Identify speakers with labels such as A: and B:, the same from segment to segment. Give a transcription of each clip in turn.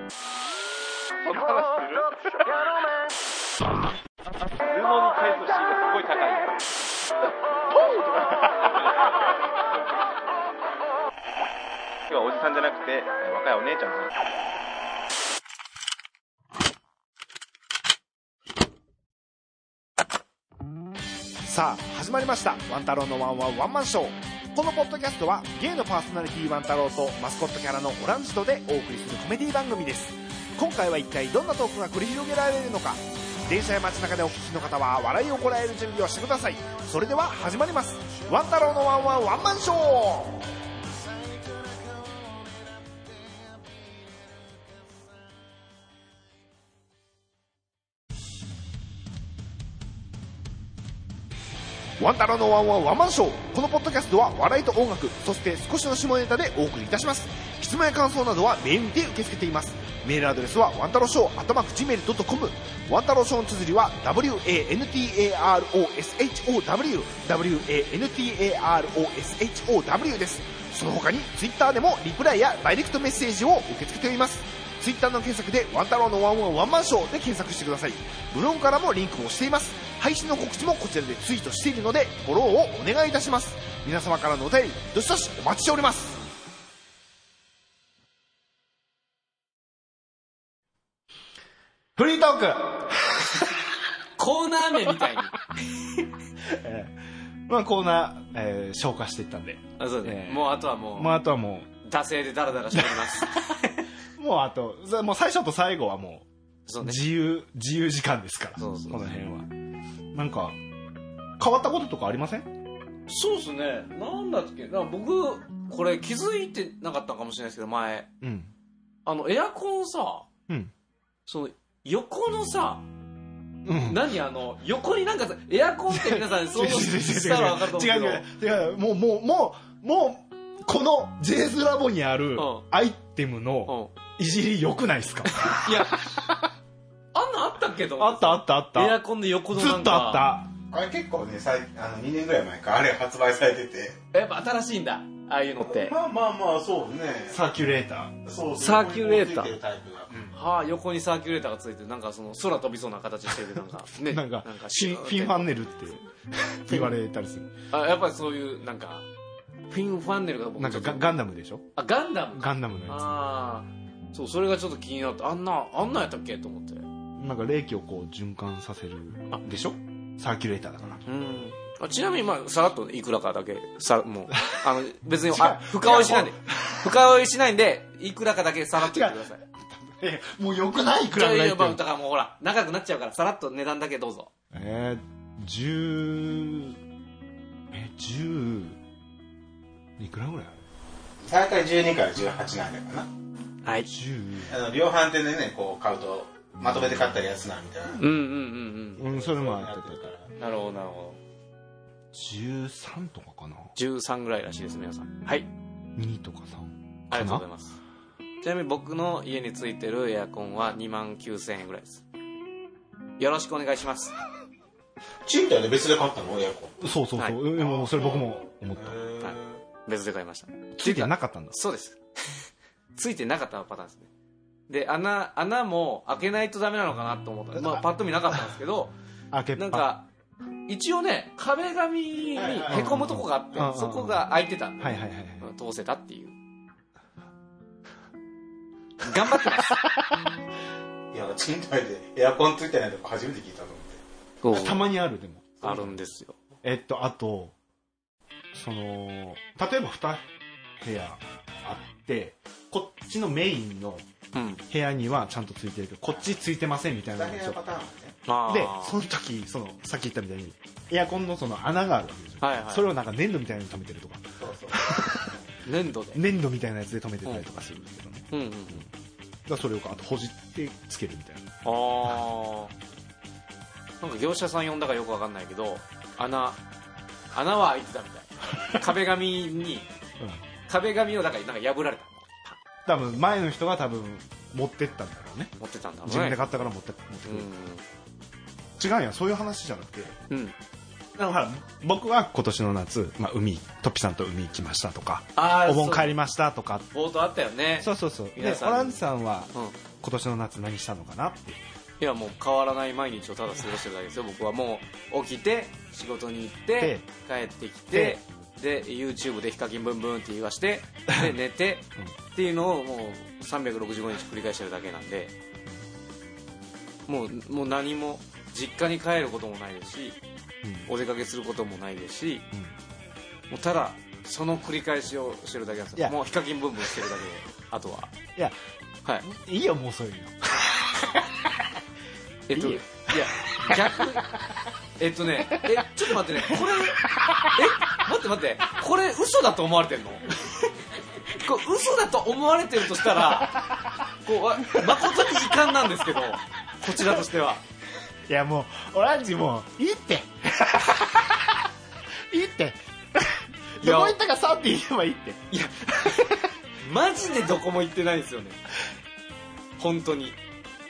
A: その話する頭脳に対する C がすごい高いんです今日はおじさんじゃなくてえー若いお姉ちゃんです
B: さあ始まりました「ワン太郎のワンワンワンマンショー」このポッドキャストはゲイのパーソナリティワン太郎とマスコットキャラのオランジとでお送りするコメディ番組です今回は一体どんなトークが繰り広げられるのか電車や街中でお聞きの方は笑いをこらえる準備をしてくださいそれでは始まります「ワン太郎のワンワンワンマンショー」ワンタロのワンワンワンマンショーこのポッドキャストは笑いと音楽そして少しの下ネタでお送りいたします質問や感想などはメールにて受け付けていますメールアドレスはワンタロショー頭くじメールドットコムワンタロショーの綴りは WANTAROSHOWWANTAROSHOW ですその他にツイッターでもリプライやダイレクトメッセージを受け付けておりますツイッターの検索で「ワンタロウのワンワンワンマンショー」で検索してくださいブログからもリンクをしています配信の告知もこちらでツイートしているのでフォローをお願いいたします皆様からのお便りどしどしお待ちしておりますフリートーク、
C: コーナー名 みたいに。
B: まあ、コーナー、えー消化していったんで、
C: あそうね
B: ええ
C: もうあとはもう、
B: まあ、あとはも
C: 惰性でダラダラしております。
B: うもうあとざもう最初と最後はも
C: そう
B: う
C: ね。
B: 自由、自由時間ですから
C: そうそう
B: この辺はなんか変わったこととかありません
C: そうですね。なんだっけ。なんか僕、これ気づいてなかったかもしれないですけど、前。
B: うん
C: あの、エアコンさ、
B: うん
C: その、横のさ、
B: うん
C: 何あの、横になんかさ、エアコンって皆さん
B: 違う違う違う違う違う違う違う
C: 想像したらわかると思うけど。
B: 違うもうもうもうもうこの JS ラボにある
C: うん
B: アイテムのいじり良くないですか
C: うん。いや、あんなんあったっけと思
B: あったあったあっ
C: エア
B: た
C: コンの横の
B: ず
C: なんか。
B: っとあ
D: あれ結構ね、さいあの2年ぐらい前か、あれ発売されてて。
C: やっぱ新しいんだ。ああいうのって。
D: まあまあまあ、そうね。
B: ったサーキュレータ
D: そう
C: サーキュレーター
D: こういうのついてるタイプがうん
C: はあ、横にサーキュレーターがついてなんかその空飛びそうな形してるなん かね
B: ーなんかシ
C: シュ
B: ン
C: ー
B: フ
C: って
B: ィンファンネルって言われたりする
C: あやっぱりそういうなんかフィンファンネルが僕
B: なんかガガンダムでしょ
C: あガンダムか
B: ガンダムのや
C: ああそうそれがちょっと気になってあんなあんなんやったっけと思ってう
B: つなんか冷気をこう循環させる
C: あ
B: でしょサーキュレーターだから
C: んあちなみにまあさらっといくらかだけさも うあの別に
B: 違う
C: あ深追いしないで深追いしないんでいくらかだけさらっと言ってください
B: えもう良くないいく
C: じゃ
B: らぐ
C: あい
B: らい
C: や
B: って
C: まあだからもうほら長くなっちゃうからさらっと値段だけどうぞ
B: えー、10え10いくらぐらいある
D: 大体12から18なんだかな。
C: はい
B: 10
D: あの、量販店でね、こう買うと、まとめて買ったら安な、みたいな。
C: うんうんうん
B: うん、それも
D: や
B: あ
D: っ
B: ってて
D: るか
B: た。
D: ら。
C: うんなるほどなるほど
B: 13とかかな
C: 13ぐらいらしいです皆さんはい
B: ?2 とか3。
C: ありがとうございますちなみに僕の家についてるエアコンは2万9000円ぐらいですよろしくお願いします
D: 賃貸で別で買ったのエアコン。
B: そうそうそう。
C: はい
B: うんでもそれ僕も思った。
C: はい別で買いました
B: ついてなかったんだ。
C: そうです ついてなかったパターンですねで穴穴も開けないとダメなのかなと思ったまあパッと見なかったんです けど
B: 開けっ
C: なん
B: ぱ。
C: か一応ね壁紙にへこむとこが
B: うんうん
C: あ
B: う
C: っ
B: ん
C: てそこが開いてたんで
B: はいはいはいはい。
C: 通せたっていう頑張っ てます
D: いや、賃貸でエアコンついてないとこ初めて聞いたと思って。
B: たまにある、でも。
C: あるんですよ
B: えっと、あと、その、例えば2部屋あって、こっちのメインの
C: うん
B: 部屋にはちゃんとついてるけど、こっちついてませんみたいな
D: 大
B: のがあるん
D: 変
B: ですよ
D: なパターンはね。
C: あー
B: で、その時、その、さっき言ったみたいに、エアコンのその穴があるわけですよ。
C: はいはい
B: それをなんか粘土みたいなのに止めてるとか。
D: そうそう。
C: 粘土で
B: 粘土みたいなやつで止めてたりとかするんですけどね、
C: うんうんうん
B: だからそれをこうあとほじってつけるみたいな
C: ああんか業者さん呼んだかよくわかんないけど穴穴は開いてたみたい壁紙に
B: うん
C: 壁紙をなんかなんか破られた
B: 多分前の人が多分持ってったんだろうね
C: 持ってたんだろうね
B: 自分で買ったから持って持ってくる、違うんやそういう話じゃなくて
C: うん、うん、
B: だから僕は今年の夏、まあ、海トッピさんと海行きましたとか
C: ああ
B: お盆帰
C: り
B: りましたとか
C: 冒頭あったよね
B: そうそうそうで
C: 皆
B: オ
C: さん
B: ランジさんは
C: う、ん、
B: 今年の夏何したのかなって
C: いやもう変わらない毎日をただ過ごしてるだけですよ僕はもう起きて仕事に行って帰ってきてで YouTube でヒカキンブンブンって言わしてで寝てっていうのをもう365日繰り返してるだけなんでもうもう何も実家に帰ることもないですし
B: うん
C: お出かけすることもないですし
B: うん
C: もうただその繰り返しをしてるだけなんです
B: いや
C: よもうヒカキンブンブンしてるだけであとは。
B: いや
C: はい
B: いいよもうそういうの
C: えっと、
B: いい
C: い
B: よ
C: や、逆、えっとね、え、ちょっと待ってね、これ、え、待って待って、これ嘘だと思われてんの これ嘘だと思われてるとしたら、こう、わ誠に遺憾なんですけど、こちらとしては。
B: いやもうオランジもういいって いいって
C: いや
B: どこ行ったかさって言えばいいって
C: いや、マジでどこも行ってないんですよね。本当に。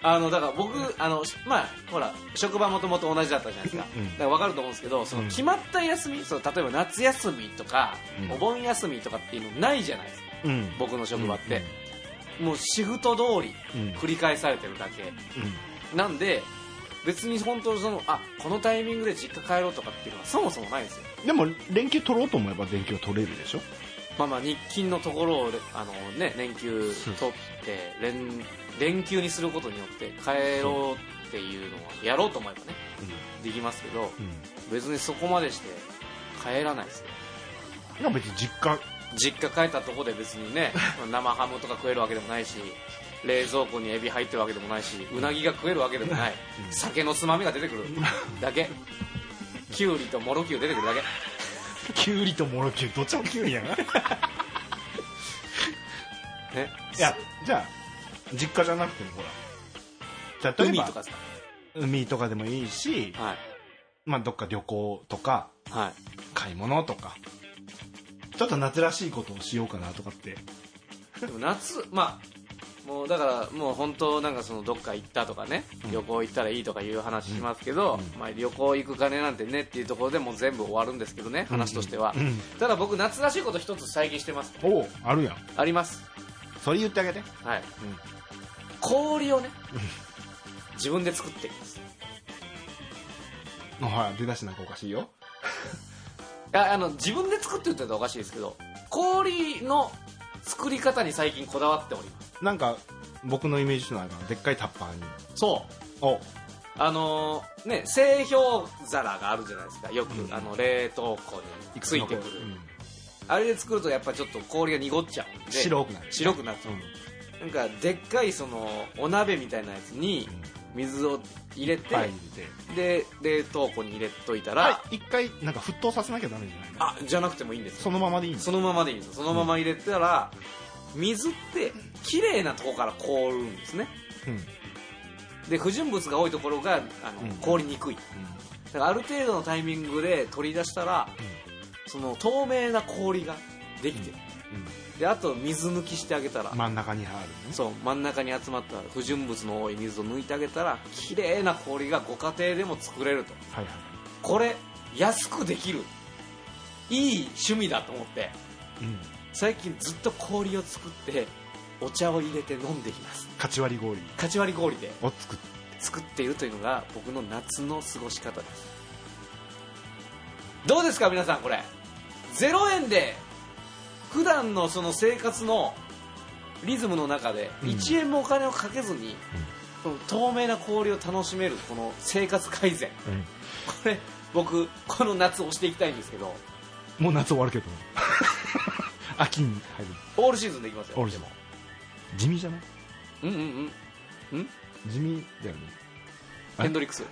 C: あの、だから僕、あの、しまあ、ほら、職場もともと同じだったじゃないですか。
B: うん
C: だから分かると思うんですけど、その
B: うん
C: 決まった休み、その例えば夏休みとか、
B: うん
C: お盆休みとかっていうのないじゃないですか。
B: うん
C: 僕の職場って。もうシフト通り
B: うん
C: 繰り返されてるだけ。なんで、別に本当にその、あ、このタイミングで実家帰ろうとかっていうのはそもそもないんですよ。
E: でも連休取ろうと思えば連休は取れるでしょ
C: まあまあ日勤のところをれあの、ね、年休取って連連休にすることによって帰ろうっていうのはやろうと思えばね、できますけど別にそこまでして帰らないですね
E: いや別に実家
C: 実家帰ったとこで別に ね生ハムとか食えるわけでもないし冷蔵庫にエビ入ってるわけでもないしうなぎが食えるわけでもない酒のつまみが出てくるだけきゅうりともろきゅう出てくるだけ
B: キュウリとモロキュウどっちもキュウリやな い
C: ね
B: や
E: じゃあ実家じゃなくてもほら例えば
C: 海とかですか
E: 海とかでもいいし、
C: はい
E: まあ、どっか旅行とか
C: はい
E: 買い物とかちょっと夏らしいことをしようかなとかって
C: でも夏まあもうだからもう本当なんかそのどっか行ったとかね、旅行行ったらいいとかいう話しますけど、まあ、旅行行く金なんてねっていうところでもう全部終わるんですけどね話としては、
E: ん
C: ただ僕夏らしいこと一つ最近してます
E: おうあるやん
C: あります
E: それ言ってあげて
C: はい、氷をね自分で作っています
E: はい出だしなんかおかしいよ
C: ああの自分で作ってるって言ったらおかしいですけど氷の作り方に最近こだわっております
E: なんか僕のイメージのあるでっかいタッパーに
C: そう
E: お
C: あのーね、製氷皿があるじゃないですかよく、あの冷凍庫についてくる、あれで作るとやっぱちょっと氷が濁っちゃうんで
E: 白くなる
C: 白くなっちゃう、なんかでっかいそのお鍋みたいなやつに水を入れて、
E: パイ入れて
C: で冷凍庫に入れといたら、
E: あ一回なんか沸騰させなきゃダメじゃないの
C: あじゃなくてもいいんですよ
E: そのままでいいんです
C: そのままでいいんですよそのまま入れたら、水って綺麗なとこから凍るんですね
E: うん
C: で不純物が多いところがあの、
E: うん
C: 凍りにくいだからある程度のタイミングで取り出したら、その透明な氷ができてる、であと水抜きしてあげたら、
E: 真ん中にあるね
C: そう真ん中に集まった不純物の多い水を抜いてあげたら綺麗な氷がご家庭でも作れると
E: はいは
C: これ安くできるいい趣味だと思って
E: いうん
C: 最近ずっと氷を作ってお茶を入れて飲んでいます
E: カチ割り氷
C: かち割り氷で
E: を作って
C: 作っているというのが僕の夏の過ごし方ですどうですか皆さんこれ0円で普段のその生活のリズムの中で
E: ん
C: 1円もお金をかけずに、その透明な氷を楽しめるこの生活改善、
E: うん
C: これ僕この夏押していきたいんですけど
E: もう夏終わるけど 秋に入る
C: オールシーズンでいきますよ
E: オールでも地味じゃない
C: うんうんうん
E: 地味だよねあ
C: ヘンドリックス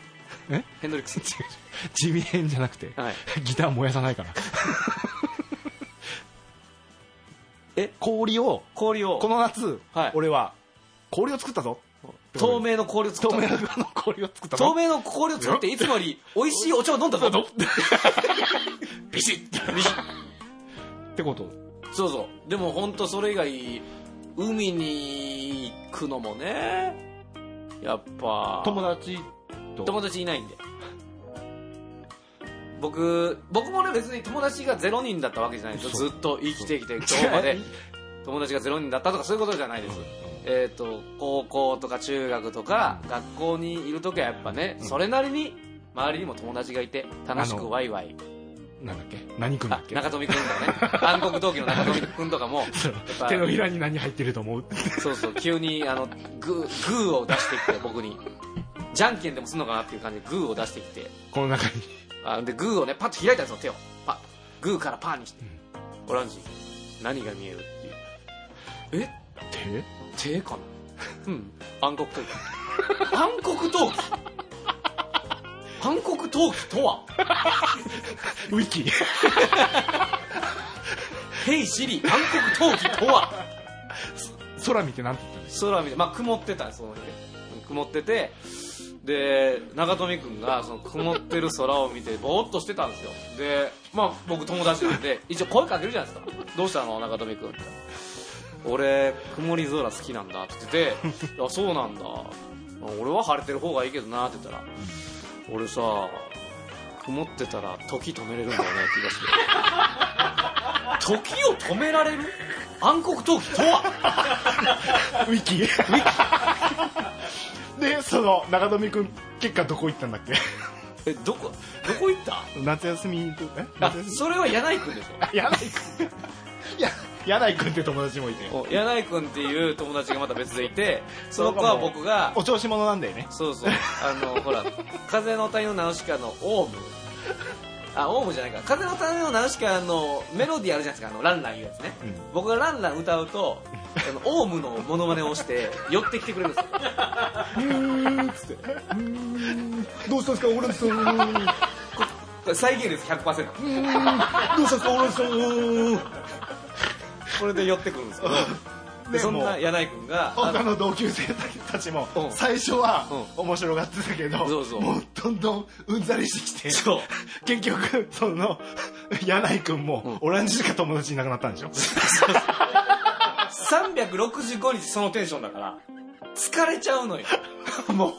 E: え
C: ヘンドリックス
E: 地味編じゃなくて
C: はい
E: ギター燃やさないから
C: え
E: 氷を
C: 氷を
E: この夏、
C: はい
E: 俺は氷を作ったぞ
C: 透明の氷を作っ
E: 透
C: たの
E: 明の氷を作った
C: 透
E: ぞ
C: 明の氷を作っていつもより美味しいお茶を飲んだ ぞと
E: ビシッってこと
C: そうそうでも本当それ以外海に行くのもねやっぱ
E: 友達と
C: 友達いないんで僕僕もね別に友達が0人だったわけじゃないんですよずっと生きてきて今日まで友達が0人だったとかそういうことじゃないです、えー、と高校とか中学とか学校にいる時はやっぱね、それなりに周りにも友達がいて楽しくワイワイ
E: なんだっけ何くんだ
C: あ
E: っけ
C: 中富君だね暗黒同期の中富君とかもやっぱ
E: 手のひらに何入ってると思う
C: そうそう急にあのグーグーを出してきて僕にじゃんけんでもすんのかなっていう感じでグーを出してきて
E: この中に
C: あでグーをねパッと開いたんですよ手をパッグーからパーにして、オランジ何が見えるっていうえ手かなうん暗黒陶器暗黒陶 器暗黒陶器とは
E: 手ウィキ
C: 「ヘイシリ暗黒陶器とは」
E: 空見てなんて言ったんです
C: 空見て、まあ、曇ってたんですその日ね曇っててで長富君がその曇ってる空を見てぼーっとしてたんですよで、まあ、僕友達なんで一応声かけるじゃないですか「どうしたの長富君」って俺曇り空好きなんだ」って言ってて「あそうなんだ俺は晴れてる方がいいけどな」って言ったら「俺さ曇ってたら時止めれるんだよね」って言い出して時を止められる暗黒陶器とは
E: ウィキでその長富君結果どこ行ったんだっけ
C: えどこどこ行った
E: 夏休みにえ
C: あ
E: 夏休み
C: それは柳井君でし
E: 柳井君いや柳井君って友達もいて
C: ょ柳井君っていう友達がまた別でい てその子は僕が
E: お調子者なんだよね
C: そうそうあのほら「風の谷のナウシカ」のオウムあオウムじゃないか「風の谷のナウシカ」のメロディーあるじゃないですかあのランランいうやつね、
E: うん
C: 僕がランラン歌う とあのオウムのモノマネをして寄ってきてくれるんですよ
E: どうしたんですかオレンジさん
C: これ再現率100%
E: どうしたんですかオレンジさん
C: これで寄ってくるんですけど で
E: で
C: そん
E: も
C: な柳井君があ
E: 他の同級生たちも
C: うん
E: 最初は
C: う
E: 面白がってたけど
C: そうそう
E: もうどんどんうんざりしてきて
C: そう
E: 結局その柳井君もオレンジしか友達いなくなったんでしょ
C: 365日そのテンションだから疲れちゃうのよ もう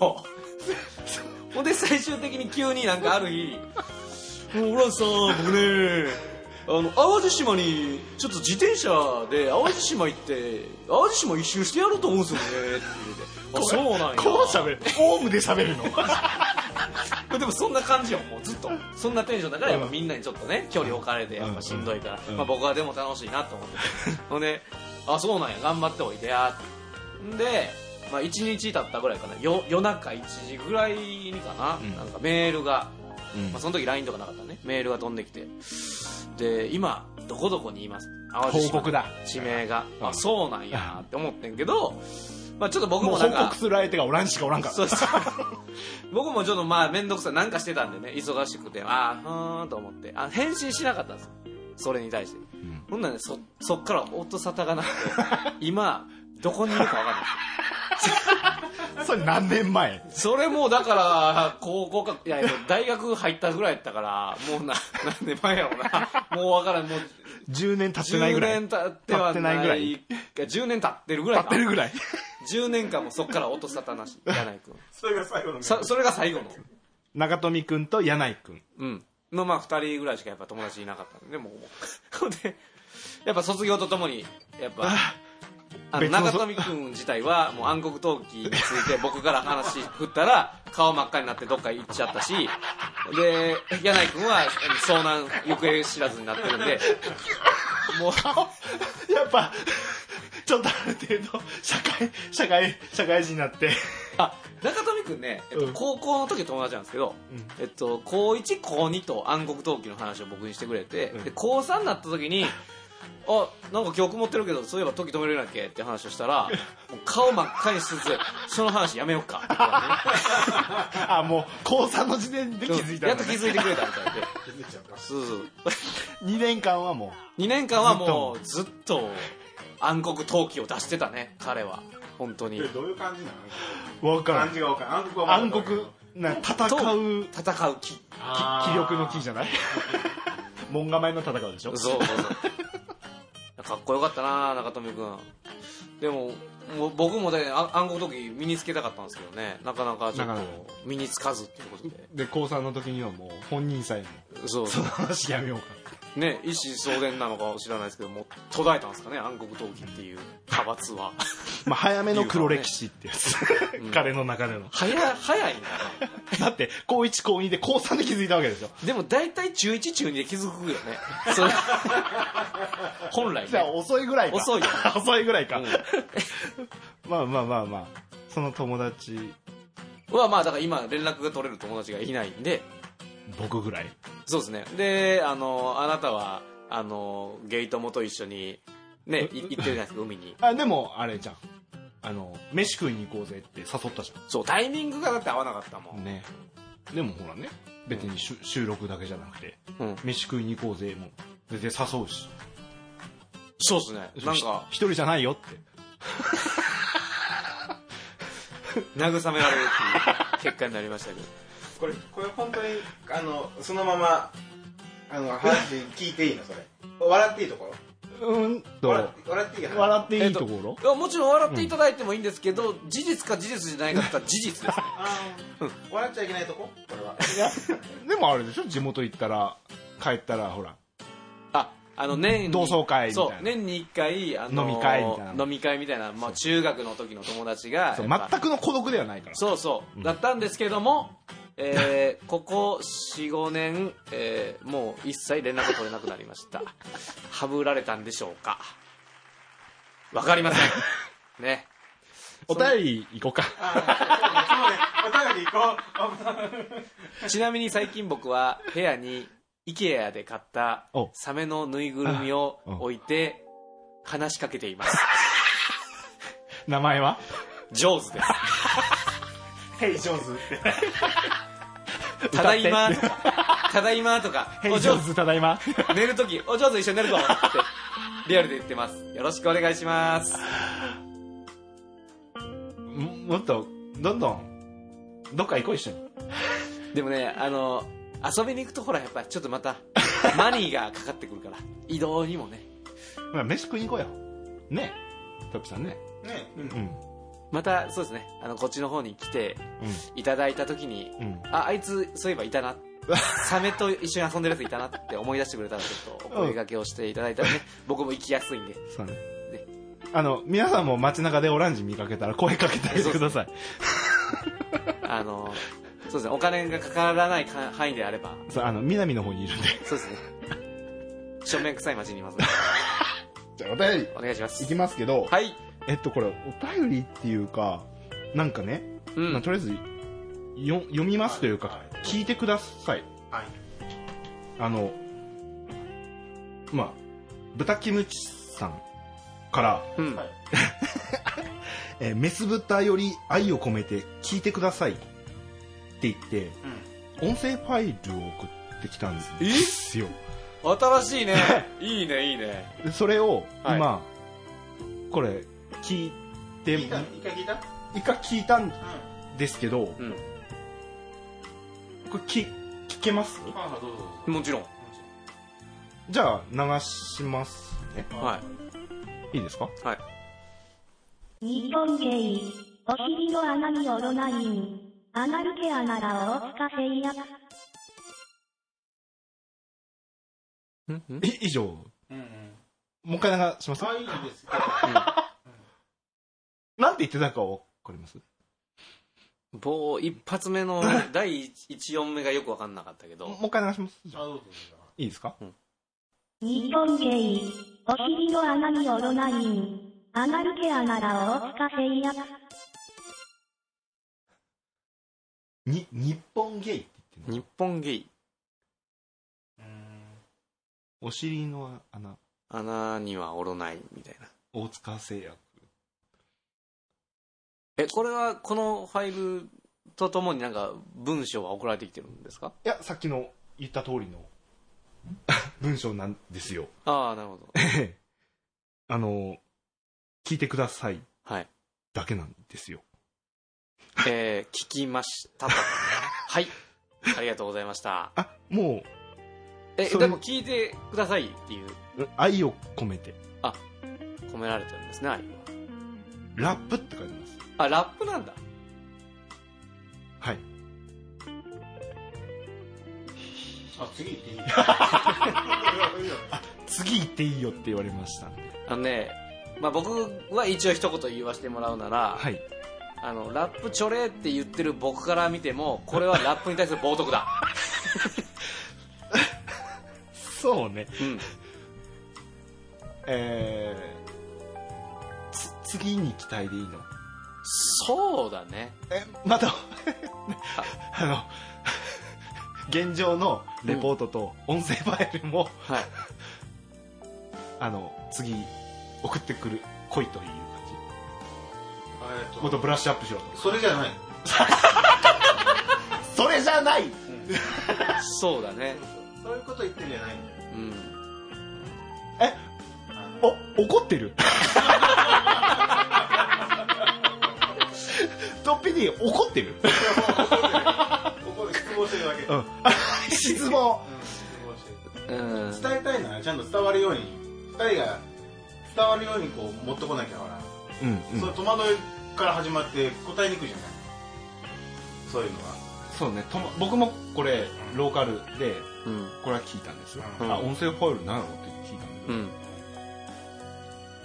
C: ほんで最終的に急になんかある日「もう俺はさ僕ねあの淡路島にちょっと自転車で淡路島行って淡路島一周してやろうと思うんですよね」って言って「あそうなんや」
E: こう喋るオウムで喋るの
C: でもそんな感じよもうずっとそんなテンションだからやっぱみんなにちょっとね距離置かれてやっぱしんどいから、
E: ん
C: まあ、僕はでも楽しいなと思って ほんで「あそうなんや頑張っておいでや」んで、まあ、1日経ったぐらいかなよ夜中1時ぐらいにかな,、なんかメールが、まあ、その時 LINE とかなかったねメールが飛んできてで今どこどこにいます淡路島
E: 報告だ
C: 地名が、あそうなんやって思ってんけど、まあ、ちょっと僕
E: もう
C: もな
E: 報
C: んか
E: 告する相手がオレンジしかおらんから
C: そうそう 僕もちょっとまあ面倒くさいなんかしてたんでね忙しくてああふーんと思ってあ返信しなかったんですよそれに対して、ほんならねそそっから音沙汰がなくて今どこにいるか分かんない
E: それ何年前
C: それもうだから高校かいやいや大学入ったぐらいやったからもうな 何年前やろうなもう分からんもう
E: 10年経ってない
C: 10
E: ぐらい
C: 年経っては
E: 経ってないぐらい
C: いや10年経ってるぐらい
E: 経ってるぐらい
C: 10年間もそっから音沙汰なし柳井君
D: それが最後の
C: さそれが最後の
E: 長富君と柳井君
C: うん。の、まあ、二人ぐらいしかやっぱ友達いなかったんで、もう。ほんで、やっぱ卒業とともに、やっぱ、あの、
E: 別の
C: 中
E: そ
C: 富くん自体は、もう暗黒陶器について僕から話振ったら、顔真っ赤になってどっか行っちゃったし、で、柳井くんは遭難、行方知らずになってるんで、もう、
E: やっぱちょっとある程度社会社会社会人にな って
C: あ中富君ね、えっと
E: うん
C: 高校の時の友達なんですけど、えっと、高1高2と暗黒陶器の話を僕にしてくれて、
E: うん
C: で高3になった 時に「あなんか記憶持ってるけどそういえば時止めれなきゃ」って話をし たらもう顔真っ赤にしつつ「その話やめようか」って言われて
E: あもう高3の時点 で気づいた
C: や
E: ん
C: っと
E: だ、
C: 気
E: ね、
C: づいてくれたみた いで
D: ちゃう
C: そうそう
E: 2年間はも
C: 2年間はもうずっと暗黒陶器を出してたね彼は本当に
D: どういう感じなの
E: う分から
D: 感
E: ん
D: じがわかんない暗黒は
E: 暗
D: まだわかる
E: 黒な戦うき
C: 戦う気
E: 気力の木じゃ ない門構えの戦うでしょ
C: そうそうそうかっこよかったな中富君でももう僕もねあ暗号時身につけたかったんですけどねなかなかちょっ
E: なか
C: と
E: なか
C: 身につかずっていうことで
E: で高3の時にはもう本人さえも
C: そう
E: その話やめようか
C: ね一心相伝なのか知らないですけども途絶えたんですかね暗黒闘技っていう派閥は
E: まあ、早めの黒歴史ってやつ、
C: うん
E: 彼の中での
C: 早早い な
E: だって高1高2で高3で気づいたわけでしょ
C: でも大体中1中2で気づくよねそれ本 来
E: じゃあ
C: ね
E: 遅いぐらいか
C: 遅いよ
E: 遅いぐらいか、
C: うん
E: まあまあまあまあその友達
C: はまあだから今連絡が取れる友達がいないんで
E: 僕ぐらい
C: そうですねであのあなたはあのゲイ友と一緒にねい行ってるじゃないですか海に
E: あでもあれじゃんあの飯食いに行こうぜって誘ったじ
C: そうタイミングがだって合わなかったも
E: ゃ
C: ん
E: んねでもほらね別にしゅ収録だけじゃなくて、
C: うん
E: 飯食いに行こうぜも全然誘うし
C: そうですねなんか
E: ひ一人じゃないよって
C: 慰められるっていう結果になりましたけ ど
D: これこれ本当にあのそのままあの話聞いていいのそれ笑っていいところ
E: うんと
D: 笑って笑っていい話
E: 笑っていいところ、
C: いやもちろん笑っていただいてもいいんですけど、事実か事実じゃないかって言ったら事実ですね
D: あー笑っちゃいけないとここれはい
E: やでもあれでしょ地元行ったら帰ったらほら
C: ああの年に
E: 同窓会みたいな
C: そう年に1回、あの
E: 飲み会みたいな
C: 飲み会みたいな、まあ、中学の時の友達が
E: そう
C: やっぱ
E: 全くの孤独ではないから
C: そうそう、だったんですけども、えーここ45年、えーもう一切連絡取れなくなりましたはぶられたんでしょうかわかりませんね
E: お便り行こうか
D: あーそうねそうねお便り行こ
C: ちなみに最近僕は部屋に IKEA で買った
E: お
C: サメのぬいぐるみを
E: あうん
C: 置いて話しかけています
E: 名前は
C: 上手です
D: うヘイジョーズって
C: ただいまとかただいまとか
E: ヘ
C: お
E: イジョ
C: 上
E: ーズただいま
C: 手 寝るときお上手一緒に寝るぞってリアルで言ってますよろしくお願いします
E: もっとどんどんどっか行こう一緒に
C: でもねあの遊びに行くとほらやっぱちょっとまたマニーがかかってくるから移動にもね
E: まあ飯食いに行こうよねトッピさんね
D: ねうん
E: うん
C: またそうですねあのこっちの方に来ていただいたときに
E: うんうん
C: ああいつそういえばいたなサメと一緒に遊んでるやついたなって思い出してくれたらちょっとお声掛けをしていただいたらね、僕も行きやすいんで
E: そうねあの皆さんも街中でオランジ見かけたら声かけてあげてください
C: あのそうですねお金がかからないか範囲であれば
E: そうあの南の方にいるんで
C: そうですね 正面臭い街にいますので
E: じゃあお便り
C: お願いします
E: いきますけど、
C: はい
E: えっとこれお便りっていうかなんかね、
C: う
E: まあ、
C: ん
E: とりあえずよ読みますというか、
D: はい
E: 聞いてください
D: はい
E: あのまあ豚キムチさんから、
C: うん
E: えーメス豚より愛を込めて聞いてください」って言って、音声ファイルを送ってきたんですよ
C: 新し いねいいねいいね
E: でそれを
C: はい
E: 今、これ聞いて
D: 聞いた一回聞いた
E: 一回聞いたんですけど、
C: うん
E: これ聞聞けます
D: ああどうぞ
C: もちろん
E: じゃあ流しますね
C: はい
E: いいですか
C: はい
F: 日本ゲイ、お尻の穴にオロナイン、アナルケアなら大塚製薬。
E: い以上も
D: うんうん
E: う一回流します
D: あいいですけど
E: なんて言ってたかわかります
C: 棒一発目の第一音目がよく分かんなかったけど
E: もう一回流しますじゃあ
D: あどうぞ
E: いいですか
F: 日本ゲイ、お尻の穴にオロナイン、アナルケアなら大塚製薬。
E: に日本ゲイって言ってんの
C: 日本ゲイ
E: お尻の穴
C: 穴にはおろないみたいな
E: 大塚製薬
C: えこれはこのファイルとともになんか文章は送られてきてるんですか
E: いやさっきの言った通りの 文章なんですよ
C: ああなるほど
E: あの聞いてください
C: はい
E: だけなんですよ
C: えー、聞きま したとはいありがとうございました
E: あも
C: え
E: それ
C: でも聞いてくださいっていう
E: う愛を込めて
C: 込められてるんですねあれは
E: ラップって書いてます
C: あラップなんだ
E: はい。
D: あ、次行っていい
E: 次行っていいよって言われましたんで
C: あのね、まあ、僕は一応一言言わせてもらうなら、
E: はい
C: あのラップちょれって言ってる僕から見てもこれはラップに対する冒涜だ、
E: そうね
C: うん、
E: えーつ次に期待でいいの
C: そうだね
E: えまた あの現状のレポートと音声ファイルも、
C: はい
E: あの次送ってくる来いという感
D: え
E: じ
D: っ
E: もっと
D: と
E: ブラッシュアップしろ
D: それじゃない
E: とそれじゃない
C: そうだね
D: そういうこと言ってるんじゃないんだ
C: う
D: よ
C: ん
E: お怒ってる トッピディ怒ってる
D: ここで失望してるだけ、
E: うん失望
D: うん失望してる
C: うん
D: 伝えたいならちゃんと伝わるように二人が伝わるようにこう持ってこなきゃほら、
E: うん、うん
D: その戸惑いから始まって答えにくいじゃないそういうのは
E: そうねとも僕もこれローカルで
C: うん
E: これは聞いたんですよ、
D: うん
E: あ音声ファイルなのって聞いたんだけど、
C: うん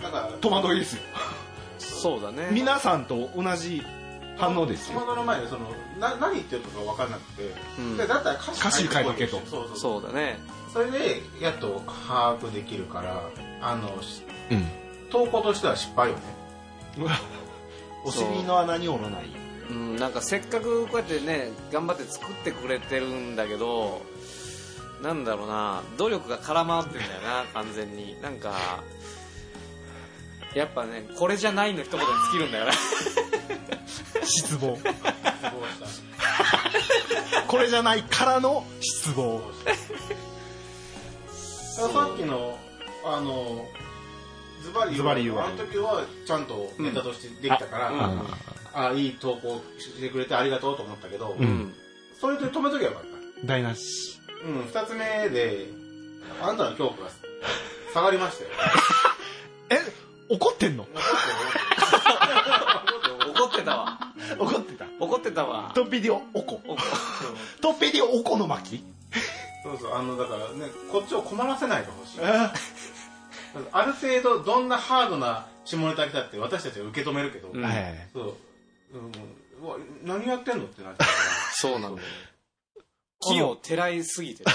D: だから
E: 戸惑いですよ
C: そうだね
E: 皆さんと同じ反応です
D: 戸
E: よ
D: 惑いの前でそのな何言ってるとか分かんなくて、
C: うん
D: でだったら歌詞
E: 歌詞変えとけと
D: そうそうそう
C: そうだね
D: それでやっと把握できるからあのし
E: うん
D: 投稿としては失敗よね
E: お尻の穴におらない
C: うんなんかせっかくこうやってね頑張って作ってくれてるんだけどなんだろうな努力が空回ってんだよな 完全になんかやっぱねこれじゃないの一言に尽きるんだよな
E: 失望
D: 失望した
E: これじゃないからの失望
D: だからさっきのあのズバリ
E: ズバリ言
D: 言
E: う
D: う
E: わ
D: あの時はちゃんとネタとしてできたから、
C: うん
D: ああいい投稿してくれてありがとうと思ったけど、
C: うん
D: それで止めとけばよかった
E: 台無し
D: うん二つ目であんたの恐怖が下がりましたよ
E: え怒ってんの
C: 怒ってたわ
E: 怒ってた
C: 怒ってたわ
E: トッピディオおこ
C: 怒
E: トッピディオおこの巻
D: そうそうあのだからねこっちを困らせないでほしいある程度どんなハードな下ネタ来たって私たちは受け止めるけど、
C: うん
E: はい
D: そう、うん、うわ何やってんのってなっちゃうか
C: そうなの木をてらいすぎてる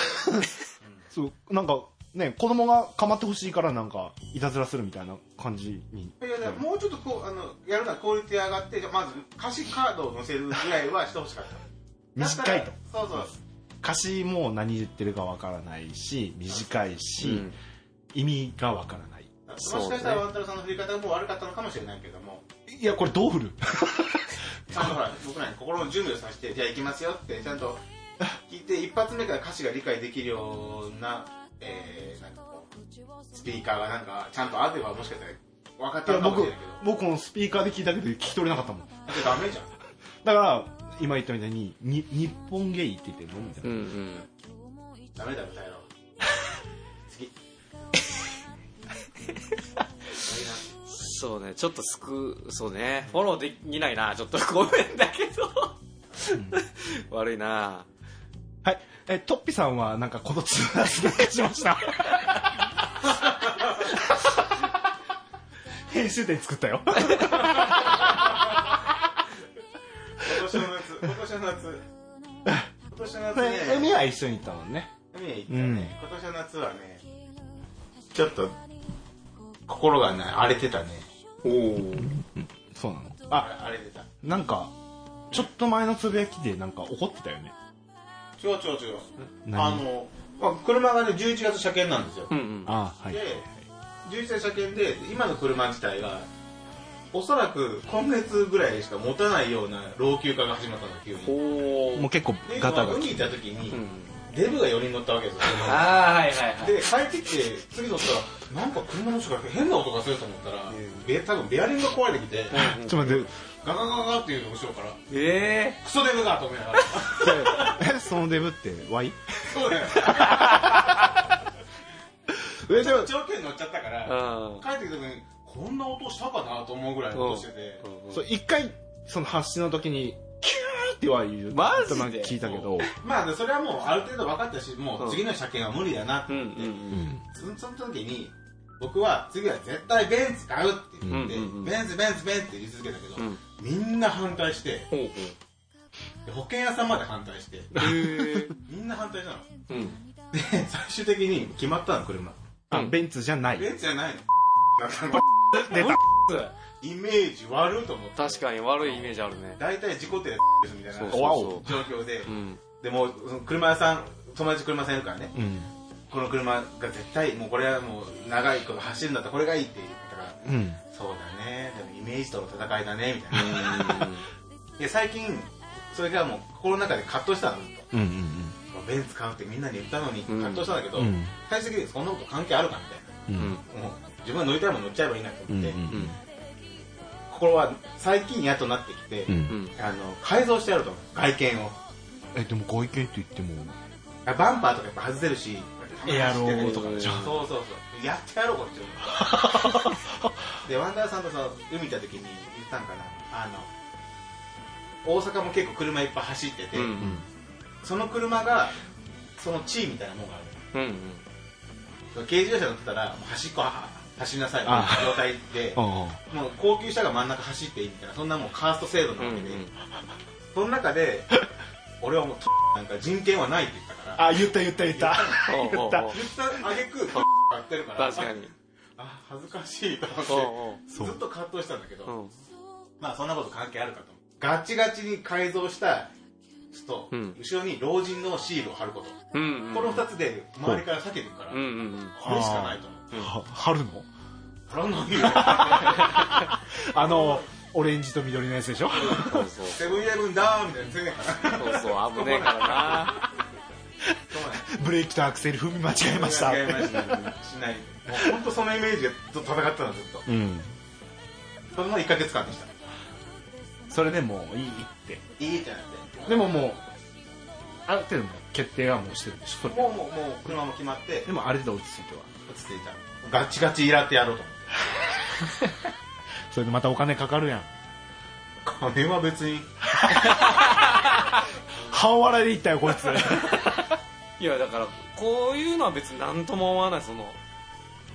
E: そうなんかね子供が構ってほしいからなんかいたずらするみたいな感じに
D: らいやいやもうちょっとこうあのやるならクオリティ上がってじゃあまず歌詞カードを載せるぐらいはしてほしかった
E: 短いと
D: だったらそうそう
E: 歌詞も何言ってるかわからないし短いし、
C: うん
E: 意味がわからない
D: もし
C: そうね
D: かしたらワンタロウさんの振り方も悪かったのかもしれないけども
E: いやこれどう振る
D: ちゃんとほら僕らに心の準備をさせてじゃあ行きますよってちゃんと聞いて一発目から歌詞が理解できるような,、えー、なんかこうスピーカーがなんかちゃんとあればもしかしたら分かっ
E: い
D: た
E: や
D: のかもし
E: 僕
D: れないけど
E: 僕このスピーカーで聞いたけど聞き取れなかったもん
D: だってダメじゃん
E: だから今言ったみたいにに日本ゲイって言ってるのみたいな、
C: うんうん
D: ダメだ歌えろ次
C: そうね、ちょっとすく、そうね、フォローできないな、ちょっとごめんだけど。 悪いな。
E: はいえトッピさんはなんかこのツアー参加しました編集点作ったよ
D: 今年の夏今年の夏今年の夏ね
E: 海は一緒に行ったもんね
D: 海へ行ったね、今年の夏はねちょっと心がね荒れてたね
E: そうなのあ
D: あ荒れてた
E: なんかちょっと前のつぶやきでなんか怒ってたよね
D: 違う違う違うあ
E: 何
D: の、まあ、車がね11月車検なんですよ、
C: うんうん。
E: あはい
D: で11月車検で今の車自体がおそらく今月ぐらいしか持たないような老朽化が始まったの急にで
C: お
E: もう結構
D: ま
E: ガ
D: あ
E: タが
D: 海行った時に、デブが4人乗ったわけですよ
C: ああ、はいはいはい。
D: で帰ってきて次乗ったらなんか車の人が変な音がすると思ったら、べ多分ベアリングが壊れてき
E: ち
D: て
E: ょっと待って
D: ガガガガガっていうの後ろから
C: え
D: クソデブがと思いながら
E: えそのデブって Y?
D: そうだよ
E: えでも
D: 長距離乗っちゃったか
C: え
D: ら
C: ー。
D: 帰ってきた時にこんな音したかなと思うぐらいの音してて
C: うん。
E: そう一回その発信の時にキュっては言う。
C: マジで
E: なんか聞いたけど。
D: まあ、それはもうある程度分かったし、もう次の車検は無理だなって
C: うんう
D: 言って、
C: ん
D: そのその時に、僕は次は絶対ベンツ買うって言って、
C: うんうんうん
D: ベンツベンツベンツって言い続けたけど、
C: うん
D: みんな反対して、
C: ほう
D: で保険屋さんまで反対して、
C: ほうへ
D: みんな反対したの。
C: えうん
D: で、最終的に決まったの、車。
E: あ、ベンツじゃない。
D: ベンツじ ゃないの。だから
E: 出た。
D: イメージ悪いと思って。
C: 確かに悪いイメージあるね
D: 大体事故ってるですみたいな
C: そう
E: お
C: そ
E: わ
C: うそ
E: お
D: 状況で
C: う、うん
D: でもうその車屋さん、友達車屋さんいるからね、
E: うん。
D: この車が絶対、もうこれはもう長いこと走るんだったらこれがいいって言ったから、
E: うん。
D: そうだね、でもイメージとの戦いだね、みたいな。で、最近、それがもう心の中で葛藤したの、ずっと。
E: うん。
D: ベンツ買うってみんなに言ったのに
C: うん
D: 葛藤したんだけど、
E: うん
D: 最終的にそんなこと関係あるか
E: う。
C: うんん
D: みたいな。もう自分が乗りたいもの乗っちゃえばいいなと
E: うん。う
D: 思って、
E: ん。
D: 心は最近やっとなってきて、
E: うん
C: うん
D: あの改造してやると思う外見を
E: え、でも外見って言っても、
D: あバンパーとかやっぱ外せるし
E: エアロー
C: とか
D: そう
C: でしょ
D: そうそうやってやろうこ っちをでワンダーさんとさ海行った時に言ったんかなあの大阪も結構車いっぱい走ってて、
C: うん
D: その車がその地位みたいなもんがあ
C: う
D: る
C: んうん
D: 軽自動車乗ってたらもう端っこは走りなさいみたいな
E: あ
D: 状態で
E: ああ。
D: もう高級車が真ん中走っていいみたいなそんなもうカースト制度な
C: うん
D: わ
C: う
D: けで、
C: ん
D: その中で俺はもうトなんか人権はないって言ったから
B: あ、言った言った言った。
C: おうおうおう
D: 言ったあげく買ってるから
C: 確かに
D: あ恥ずかしいと
C: おう
D: 思
C: おう
D: ってずっと葛藤したんだけど、
C: うん
D: まあそんなこと関係あるかと思うガチガチに改造した人と、
C: うん
D: 後ろに老人のシールを貼ること、
C: うんうん
D: この2つで周りから避けてるから、
C: うんうんうん
D: これしかないと思う
E: は貼るの
D: 貼らないよ
B: あの、オレンジと緑のやつでしょ
C: そうそう
D: セブンイレブンだーみたいな全然から
C: そうそう危ねえからな
B: ブレーキとアクセル踏み間違えました。
D: 違いましたしないもう本当そのイメージでずっと戦ってたのずっと
E: うん。
D: それも1ヶ月間でした
E: それでもういいって。
D: いいってなって
E: でももう、ある程度もう決定はもうしてるでしょ、それ
D: もうもうもう車も決まって
E: でもある程度落ち着いては。
D: 落ち着いたガチガチイラってやろうと
E: それでまたお金かかるやん。
D: 思って金は別に
E: 半笑いでいったよ、 こいつ。
C: いやだからこういうのは別に何とも思わないその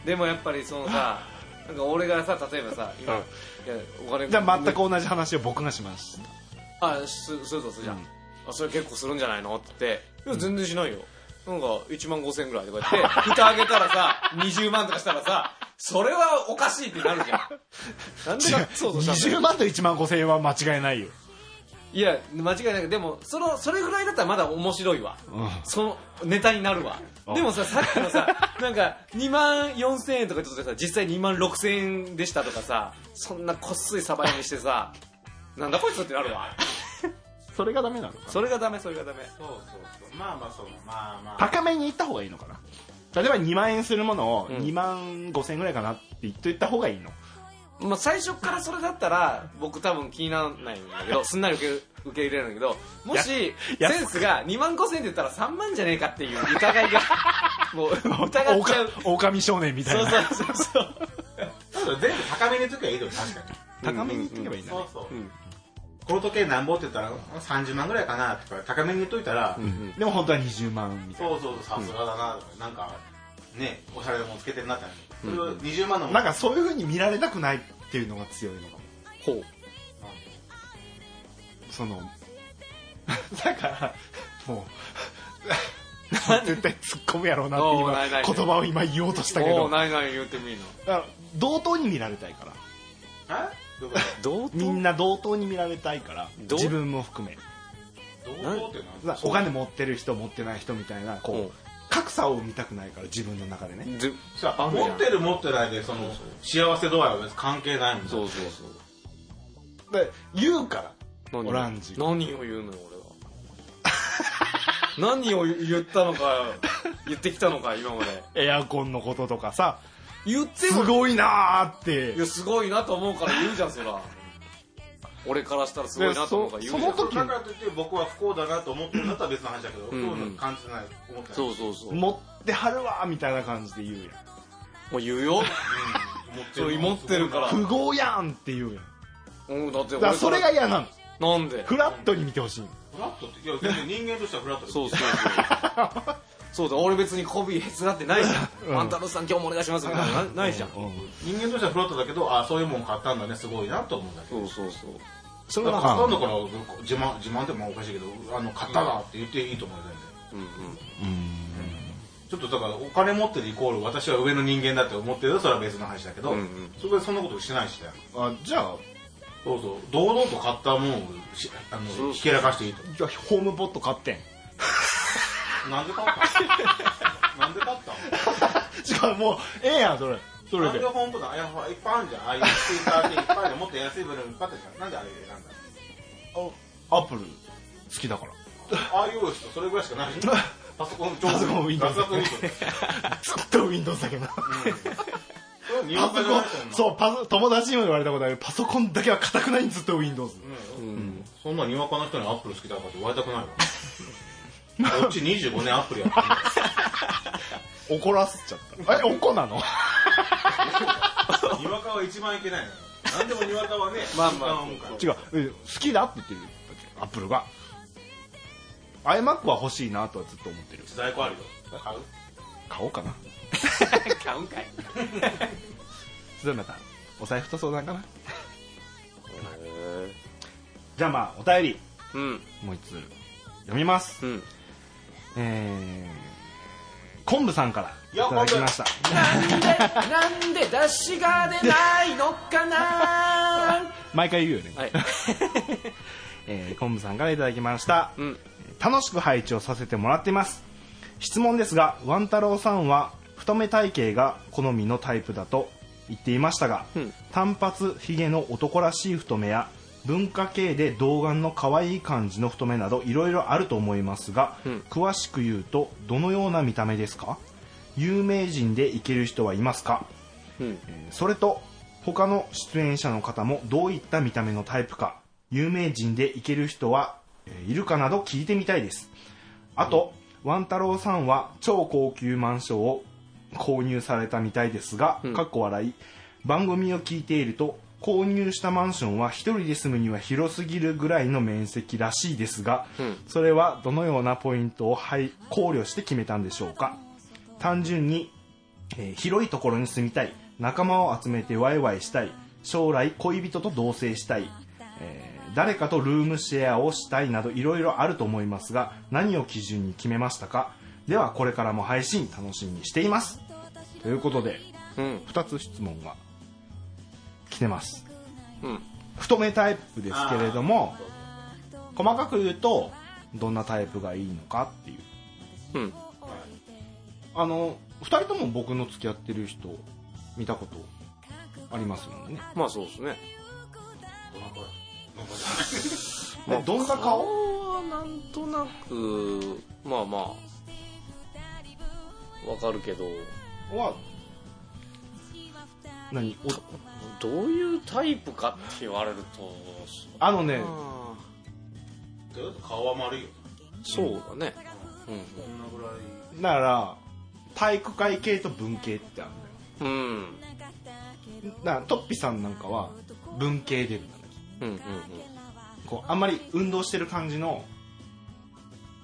C: でもやっぱりそのさなんか俺がさ例えばさ今、
E: うん
C: いやお金
E: じゃあ全く同じ話を僕がしました。
C: あすするとするじゃん、
E: うん
C: あそれ結構するんじゃないのって言って「いや全然しないよ」なんか1万5000円ぐらいとか 言って蓋開けたらさ20万とかしたらさそれはおかしいってなるじゃん なんでかそうそうしたんだ
E: 20
C: よ
E: 万と1万5千円は間違いないよ。
C: いや間違いないでもそのそれぐらいだったらまだ面白いわ
E: うん。
C: そのネタになるわ
E: あ
C: でもささっきのさなんか2万4000円とか言ってたらさ実際2万6000円でしたとかさそんなこっそりさばいにしてさなんだこいつってなるわ
E: それがダメなのかな
C: それがダメそれがダメ
D: そうそうそうまあまあそうまあまあ
E: 高めに行った方がいいのかな例えば2万円するものを
C: うん
E: 2万5千円ぐらいかなって言っといた方がいいの、
C: まあ、最初からそれだったら僕多分気にならないんだけどすんなり受け受け入れるんだけどもし
E: や
C: センスが2万5000円って言ったら3万じゃねえかっていう疑いがも う疑っちゃ
E: お
C: う
E: か狼少年みたい
C: そう
E: な
C: そうそうそう
D: そうそう全部高めに言っときゃいいけど確かに
E: 高めに行っとけばいいんだ
D: そ
E: ね
D: うそう、
C: うん
D: この時計なんぼって言ったら30万ぐらいかなとか高めに言っといたら、
E: うんでも本当は20万みたい
D: そうそうそうさすがだなとか、なんかねおしゃれなもんつけてるなってなるそれを20万
E: な
D: のも
E: なんかそういうふうに見られたくないっていうのが強いのかも
C: ほう
E: その だからも う絶対突っ込むやろうな
C: おーないな
E: っ
C: い
E: て今言葉を今言おうとしたけ
C: お
E: ど
C: うないない言うてみいの
E: だから同等に見られたいから
D: あどうい
C: 同
D: うこ
E: みんな同等に見られたいから
C: どう
E: 自分も含め
D: とどうどうっていうのは
E: お金持ってる人持ってない人みたいなこう、
C: うん
E: 格差を見たくないから自分の中でね
C: ず
D: さ
C: あるやん
D: 持ってる持ってないでその幸せ度合いは別に関係ないもん
C: そうそうそう
E: で言うから
C: 何
E: オランジ
C: 何を言うのよ俺は何を言ったのか言ってきたのか今まで
E: エアコンのこととかさ
C: 言って
E: す
C: も
E: ごいなーって
C: いやすごいなと思うから言うじゃんそら俺からしたらすごいなと思うから言うじゃん
E: その時
D: だからといって僕は不幸だなと思ってるんだったら別の話だけど、
C: んうん
D: そういうの感じてない思ってない
C: そうそうそうも
E: 持ってはるわーみたいな感じで言うやん
C: う言うよ、
D: うん持って
C: そう持ってるから
E: 不合やんって言うやん
C: うん、だって
E: だ
C: 俺
E: からそれが嫌なの
C: なんで
E: フラットに見てほしい
D: フラットっていや全然人間としてはフラットです
C: そうそうそうそうだ俺別に媚びへつらってないじゃん万太郎さん今日もお願いしますみたいななないじゃん
E: うんうん
D: 人間としてはフラットだけどああそういうもん買ったんだねすごいなと思うんだけど
C: そうそうそう
E: それ
D: だか
E: は
D: ら
E: な
D: 買った
E: ん
D: ん
E: か
D: だから自慢自慢ってもおかしいけどあの買ったなって言っていいと思うよ全然
C: うんうん
E: うん
D: ちょっとだからお金持ってるイコール私は上の人間だって思ってるそれは別の話だけど、
C: うんうん
D: それはそんなことしてないしね
E: あじゃあ
D: そうそう堂々と買ったもんをしあ
C: そうそう
D: のひけらかしていいと
E: じゃあホームポット買 ってん
D: なんで買ったの なんで買ったの
E: 違うもうええやんそれそれ
D: なん
E: で
D: で本当だいやほらいっぱいあるじゃんああいうスピーカー系いっぱいあるじゃんもっと安い部分いっぱいあったじゃんなんであれ選んだ
E: アップル好きだから
D: のああいう人それぐらいしかないじゃん パソコン
E: パソコン
D: ウィン
E: Windows
D: パソコン Windows
E: ずっと Windows だけどな
D: それは日
E: パソ
D: 本語じゃ
E: コ
D: ない
E: ンそうパソ友達にも言われたことあるパソコンだけはかたくなにずっと Windows
D: そんなうんそんなにわかの人にアップル好きだからって言われたくないわこっち25年アップルやってる
E: 怒らせちゃったえおこなの
D: にわかは一番いけないのよなんでもにわか はね
C: まあまあ
E: 違
D: 瞬間音階
E: うえ好きだって言ってるアップルが iMac は欲しいなとはずっと思ってる
D: 在庫あるよ買う
E: 買おうかな
C: 買うんかい
E: それまたお財布と相談かなじゃあまあお便り
C: うん
E: もう一通読みます
C: うん
E: えー、昆布さんからい
D: や
E: ただきました
C: なんでなんで出汁が出ないのかな
E: 毎回言うよね、
C: はい
E: えー、昆布さんからいただきました、
C: うん
E: 楽しく配置をさせてもらっています質問ですがワン太郎さんは太め体型が好みのタイプだと言っていましたが、
C: うん
E: 単髪ひげの男らしい太めや文化系で童顔の可愛い感じの太めなどいろいろあると思いますが、
C: ん
E: 詳しく言うとどのような見た目ですか有名人でいける人はいますか
C: うん
E: それと他の出演者の方もどういった見た目のタイプか有名人でいける人はえーいるかなど聞いてみたいですあと、ワン太郎さんは超高級マンションを購入されたみたいですが、
C: ん
E: かっこ笑い番組を聞いていると購入したマンションは一人で住むには広すぎるぐらいの面積らしいですが、
C: ん
E: それはどのようなポイントをはい考慮して決めたんでしょうか単純にえー広いところに住みたい仲間を集めてワイワイしたい将来恋人と同棲したい、えー誰かとルームシェアをしたいなどいろいろあると思いますが何を基準に決めましたかではこれからも配信楽しみにしていますということで
C: うん
E: 2つ質問が来てます
C: うん
E: 太めタイプですけれども細かく言うとどんなタイプがいいのかっていう
C: うん
E: あの2人とも僕の付き合ってる人見たことありますもんね
C: まあそうですね
D: どのくらいどのく
E: えどんな顔
C: はなんとなくまあまあわかるけど
E: は何お
C: どういうタイプかって言われると
E: あのね
C: あ
D: らい顔は丸いよ
C: ーそうだね
D: こんなぐら
E: だから体育会系と文系ってある
C: うんう
E: の
C: ん
E: よだからトッピさんなんかは文系デブなのよ
C: うんうん
E: こうあんまり運動してる感じの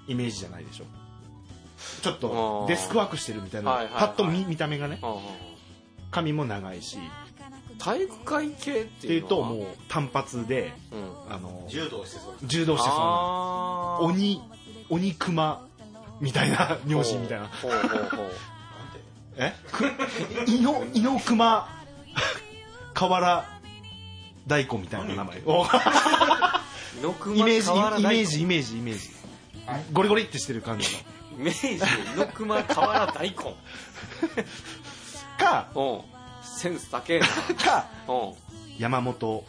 E: イメージじゃないでしょちょっ
C: あ
E: と
C: ー
E: デスクワークしてるみたいな
C: はいはいはい
E: パッと見見た目がね
C: ああ
E: 髪も長いしっ
C: 体育会系って
E: ていう
C: いうの
E: と
C: は
E: もう単発で
C: う、ん、
E: あの
D: い柔道してそうです
E: 柔道してそうな
C: あー
E: 鬼鬼熊みたい な
C: ほう
E: 名字みたいな
C: ほうほうほう
D: なんて
E: え井の井の熊河原大根みたいな名前お
C: 猪熊
E: イメージ
C: 河原
E: イ
C: 大
E: メー
C: 根
E: ジイメージイメージゴリゴリってしてる感じ
C: イメージ猪熊河原大根
E: のか
C: うんセンス高えな
E: か
C: うん
E: 山本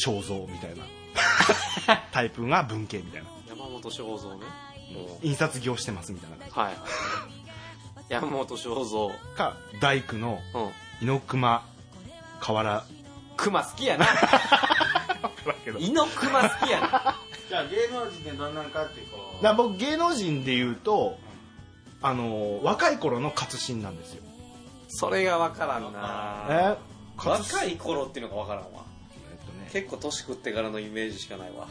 E: 正蔵みたいなタイプが文系みたいな
C: 山本正蔵ね、うん
E: 印刷業してますみたいな感
C: はい山本正蔵
E: じか大工の
C: う
E: 井
C: ん
E: の熊河原
C: 熊好きやな
E: だけど
C: 猪熊好きやな
D: じゃあ芸能人ってどんなんかってこう
E: だから僕芸能人で言うとあのー若い頃の活心なんですよ
C: それが分からん
E: え
C: な若い頃っていうのが分からんわ
E: えっとね
C: 結構年食ってからのイメージしかないわ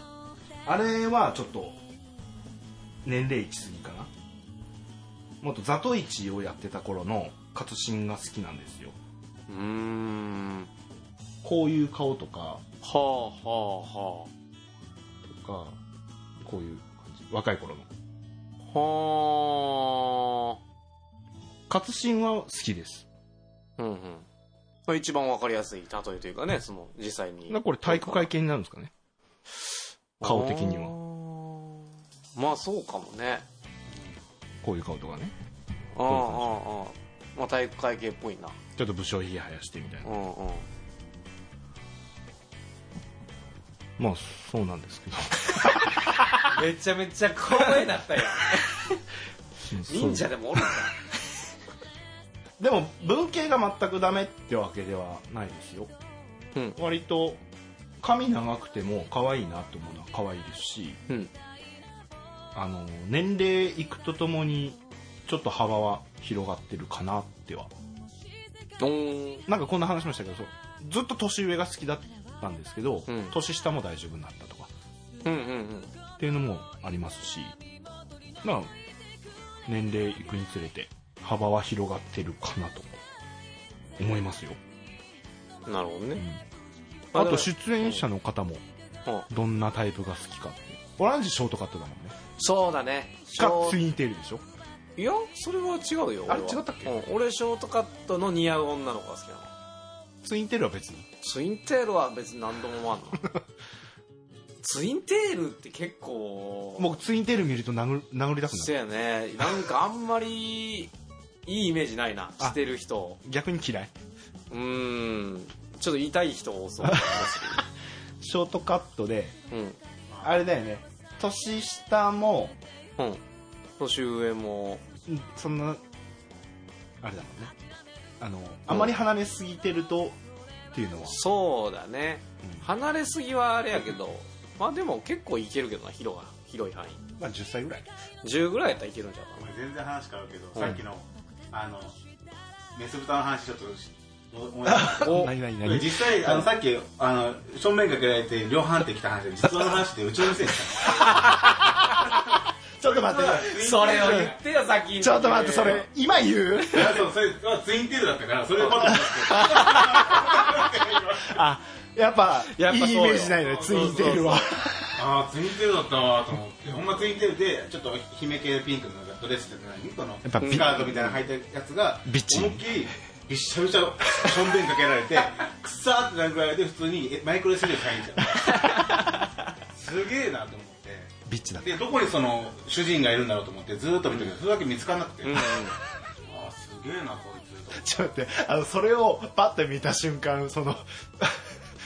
E: あれはちょっと年齢一過ぎかなもっとザトイチをやってた頃の活心が好きなんですよ
C: うーんは
E: こういう顔とか
C: あはあは
E: とかこういう感じ若い頃の
C: あは
E: 活心は好きです
C: あうんうんまあ一番わかりやすい例えというかねその実際に
E: なこれ体育会系になるんですかね顔的には
C: はまあそうかもね
E: こういう顔とかね
C: ああああああまあ体育会系っぽいな
E: ちょっと武将ひげ生やしてみたいな
C: うんうん
E: まあそうなんですけど
C: めちゃめちゃ光栄だったよ 忍
E: そ
C: 者
E: う
C: でもおるんだ
E: でも文系が全くダメってわけではないですよ、
C: うん
E: 割と髪長くても可愛いなと思うのは可愛いですし
C: うん
E: あの年齢いくとともにちょっと幅は広がってるかなっては
C: おー
E: なんかこんな話しましたけどそうずっと年上が好きだったんですけど、
C: うん
E: 年下も大丈夫になったとか
C: うんうんうん
E: っていうのもありますしまあ年齢いくにつれて幅は広がってるかなと思いますよ、
C: なるほど
E: うん
C: ね、
E: あと出演者の方も
C: うん
E: どんなタイプが好きかっていうオランジショートカットだもんね
C: そうだね
E: かツインテールでしょ
C: いやそれは違うよ
E: あれ
C: 俺は
E: 違ったっけ
C: うん俺ショートカットの似合う女の子が好きなの
E: ツインテールは別に
C: ツインテールは別に何度 も思わんのツインテールって結構
E: 僕ツインテール見ると殴る殴り出す
C: そ
E: な
C: やねなんかあんまりいいイメージないな
E: あ
C: してる人
E: 逆に嫌いう
C: ーんちょっと痛い人多そう
E: ショートカットで
C: うん
E: あれだよね年下も
C: うん年上も
E: うんそんなあれだもんねあのあんまり離れすぎてるとっていうのは、
C: そうだね
E: うん
C: 離れすぎはあれやけどまあでも結構いけるけどな広が広い範囲
E: まあ、10歳ぐらい
C: 10ぐらいやったらいけるんじゃう
D: お前全然話変わるけど、さっきのあのメス豚の話ちょっとしも思い出し
C: か
D: た
C: なお
E: 何何
D: これ
E: 何
D: 実際あのさっきあの正面かけられて量販ってきた話で実話の話でうちの店に来
E: ちょっと待ったて
C: それを言ってよ先に
E: ちょっと待ってそれ今言う
D: いやそうそれはツインテールだったからそれをフォローして
E: あやっぱ
C: やっぱそうよ
E: いいイメージないねツインテールは
D: ああツインテールだったわと思ってほんまツインテールでちょっと姫系ピンクのドレスって何この
E: っぱビ
D: スカートみたいなの履いたやつが
E: ビッチ
D: 思いっきりびっしゃびしゃしょんべんかけられ てくさーってなるぐらいで普通にえマイクロレスリーを買いに行っちゃうすげえなと思っ
E: ビッチだ
D: てでどこにその主人がいるんだろうと思ってずーっと見てるけどそれだけ見つからなくて、ああすげえなこいつと思っ
E: ち
D: て
E: ょっと待ってあのそれをパッて見た瞬間その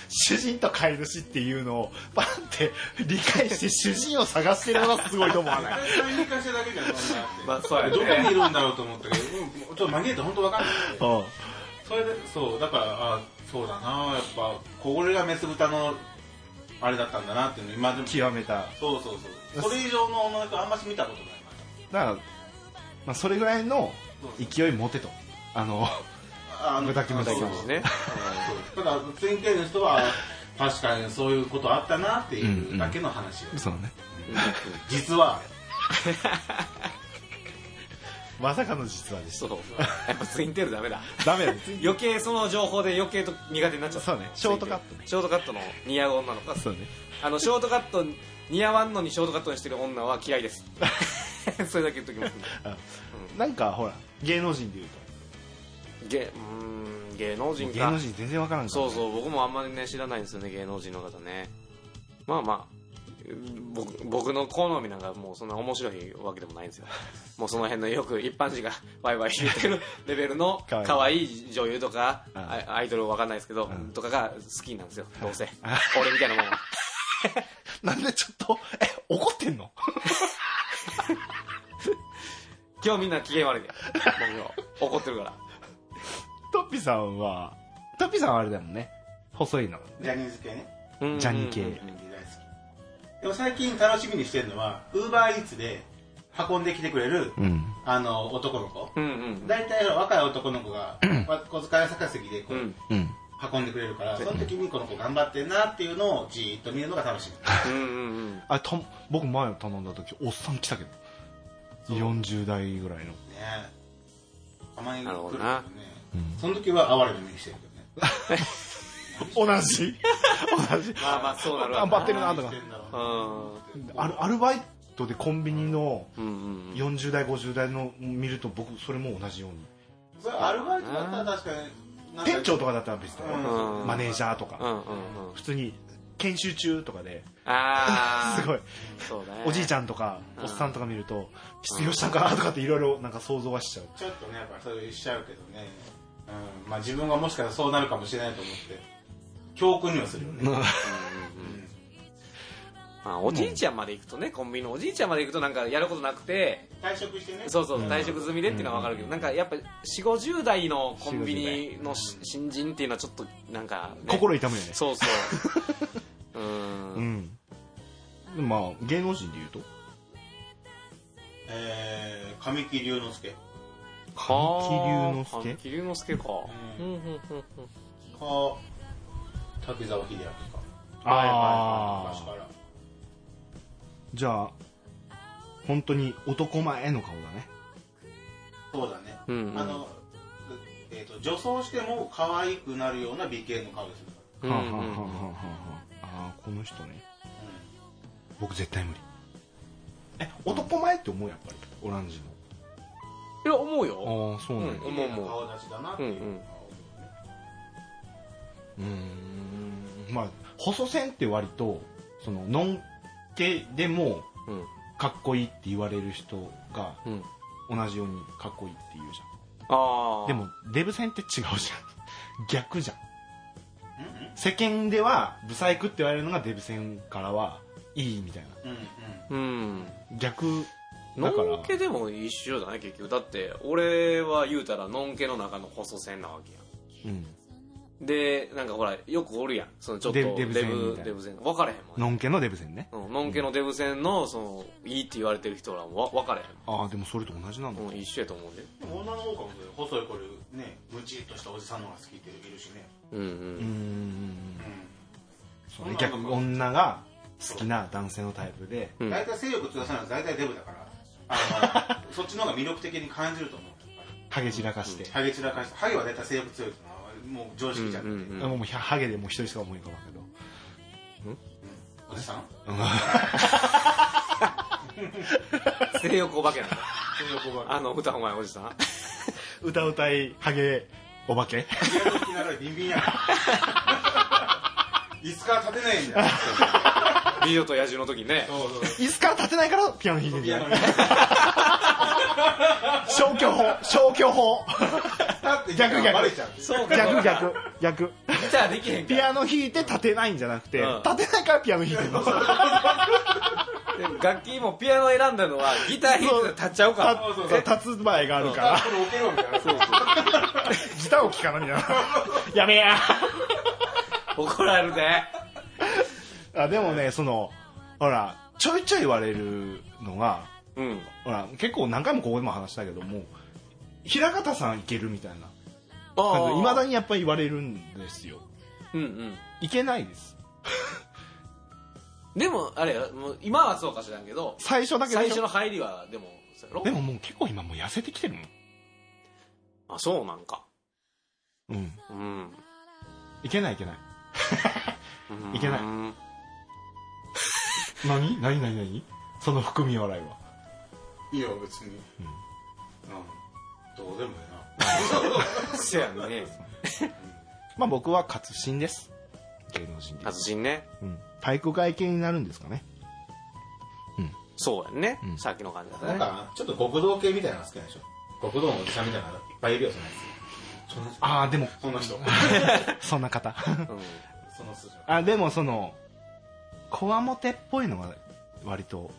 E: 主人と飼い主っていうのをパッて理解して主人を探してるのがすごいと思 わない
D: 絶対に行かしてるだけじゃんそんなって、
C: まあそうやね
D: どこにいるんだろうと思ったけど、うんちょっと紛れて本当わかんなくて
E: うん
D: それでそうだからあそうだなやっぱこれがメス豚のあれだったんだなっていうの今でもそう
E: 極めた
D: そうそうそれ以上の女の子あんまし見たことないま
E: だから、まあ、それぐらいの勢い持てとあの
D: だああの
E: 無駄気無駄気
D: そう
E: 無駄
D: そう
E: 気
C: ね
D: そうただツインテールの人は確かにそういうことあったなっていうだけの話、
E: そのね
D: 実は
E: まさかの実話でし
C: そ
E: た
C: うやっぱツインテールダメだ
E: ダメだよ
C: 余計その情報で余計と苦手になっちゃった
E: そうねショートカットね
C: ショートカットの似合う女の子が
E: そうね
C: あのショートカット似合わんのにショートカットにしてる女は嫌いです それだけ言っときますね
E: なんかほら芸能人でいうと
C: 芸うーん芸能人
E: 芸
C: か
E: 能人全然わからんから
C: そうそう僕もあんまりね知らないんですよね芸能人の方ねまあまあうん僕僕の好みなんかもうそんな面白いわけでもないんで すよもうその辺のよく一般人が ワイワイ言ってるレベルの
E: 可愛い
C: 可愛い女優とか
E: うん
C: アイアイドルわかんないですけど
E: うん
C: とかが好きなんですよ どうせ俺みたいなもんは
E: なんでちょっとえ怒ってんの
C: 今日みんな機嫌悪いで僕怒ってるから
E: トッピさんはトッピさんはあれだもんね細いの
D: ジャニーズ系ね
C: う ん
E: ジャニー系
C: うん
D: ジャニーズ大好きでも最近楽しみにしてるのはウーバーイーツで運んできてくれる、
E: うん
D: あの男の子、
C: うんうん
D: 大体若い男の子がまあ小遣い稼ぎでこう
C: うん
E: うん
D: 運んでくれるから、その時にこの子頑張ってんなっていうのをじーっと見るのが楽しみ。
C: うんうんうん
E: あと僕前頼んだ時おっさん来たけど40代ぐらいの
D: ねたまに来
C: な
D: る
C: るほ
D: け
C: ど
D: ど
C: な
D: ねその時は哀れの目にしてるけどね
E: 同じ 同じ
C: まあまあそうなるわ
E: 頑張ってるなとか
D: 何してんだろう
E: あるアルバイトでコンビニの
C: うんうんうん
E: 40代50代の見ると僕それも同じように
D: それアルバイトだったら確かになんか
E: 店長とかだったら別だよ
C: うん
E: マネージャーと
C: う
E: か
C: んうんうん
E: 普通に研修中とかで
C: ああ
E: すごい
C: そうね
E: おじいち
C: ゃん
E: ゃんとか
C: うん
E: おっさんとか見ると失業したんかなとかっていろいろなんか想像はしちゃう
D: ちょっとねやっぱそれしちゃうけどねうんまあ自分がもしかしたらそうなるかもしれないと思って教訓にはするよね
C: まあおじいちゃんまで行くとねコンビニのおじいちゃんまで行くとなんかやることなくて
D: 退職してね
C: そうそう退職済みでっていうのは分かるけどなんかやっぱ4 5 0代のコンビニのし
D: 40
C: 新人っていうのはちょっとなんかね
E: 心痛むよね
C: そうそう うー
E: うんんでもまあ芸能人で言うと
D: えー神木隆之介
E: 神木隆之介
C: 神木隆之介か
D: う
C: うんうんうんうん
D: か滝沢秀明か
E: はい
D: 昔から
E: じゃあ本当に男前の顔だね
D: そうだね
C: うんうん
D: あのえーと女装しても可愛くなるような美形の顔でするか
C: うん
E: はあ
C: う
E: はあはあはあ
C: んうん
E: はあああこの人ね
D: らうん
E: 僕絶対無理え男前って思うやっぱりオランジ
C: いや思うよ
E: のああそうなんだ
C: う
D: 綺
C: ん
D: 麗な顔立ちだなっていうのは思うね
E: うーんまあ細線って割とそののんけでも
C: うん
E: かっこいいって言われる人が
C: うん
E: 同じようにかっこいいって言うじゃ
C: ああ
E: んでもデブ線って違うじゃん 逆じゃん
D: うんうん
E: 世間ではブサイクって言われるのがデブ線からはいいみたい
D: うんうん
C: うん
E: な逆
C: の
E: だから
C: んけでも一緒だね結局だって俺は言うたらのんけの中の細線なわけや
E: うん
C: んでなんかほらよくおるやんそのちょっと
E: デブデブ線
C: デブ
E: みたいな
C: デブ線分かれへんもんね
E: のんけのデブ線ね
C: うんのんけのデブ線のそのいいって言われてる人らもわ分かれへ
E: ああでもそれと同じなんだ
C: んもん、うん、一緒やと思うで
D: でも女の方かもね細いこれねムチっとしたおじさんの方が好きっているしね
C: うんう
E: うー
C: ん
E: んそうね
D: そう
E: 逆
D: なんだ
E: 女が好きな男性のタイプで
C: うん
D: 大体性欲強さなのは大体デブ だからあのそっちの方が魅力的に感じると思うやっぱ
E: ハゲ散らかして
D: りハゲ散らかしてハゲは大体性欲強いっていうのはもう常識じゃん
C: うんうんうん
E: もうひゃハゲでもう一人しか思い浮かばんけど
D: おじさん
C: 性欲お化けなんだ
D: 性欲が
C: あの歌うまいおじさん
E: 歌うたいハゲお化け
D: 性欲きながらビンビン やんいつから立てないんだよ
C: 美女と野獣の時にね
D: そうそう
E: 椅子から立てないからピアノ弾いてるじ
D: ピ
E: ゃ
D: ア
E: ん
D: ノに立っ
E: 消去法消去法
D: て逆がバレちゃう
C: そうか
E: 逆逆逆
C: ギターできへんか
E: ピ
C: ら
E: アノ弾いて立てないんじゃなくて、
C: うん
E: 立てないからピアノ弾いてるの
C: で楽器もピアノ選んだのはギター弾いてたら立っちゃうから
E: た立つ前があるから
D: これ置けよみたいなそうそう
E: ギターを聴かないみたいな やめや
C: 怒られるで
E: あでもねそのほらちょいちょい言われるのが
C: うん
E: ほら結構何回もここでも話したけども平方さんいけるみたいな
C: あ
E: いまだにやっぱり言われるんですよ
C: うんうん
E: いけないです
C: でもあれやもう今はそうか知らんけど
E: 最初だけでしょ
C: 最初の入りはでもそうやろ
E: でももう結構今もう痩せてきてる
C: あそうなんか
E: もんうん
C: うん
E: いけないいけない
C: うん
E: いけない何何何何その含み笑いはい
D: いよ別に
E: うん
D: うんどうでもい
C: せやね
E: まあ僕は活心です芸能人で
C: 達人ね
E: うん、体育会系になるんですかね
C: そうやんね、
E: うん
C: さっきの感じだ
D: いな
C: った
D: なん
C: ね
D: かちょっと極道系みたいなの好きなんでしょ極道のおじさんみたいなのいっぱいいるよそのやつ
E: ああでも
D: そんな人
E: そんな方
C: う
D: その数字
E: あでもそのこわもてっぽいのが割と好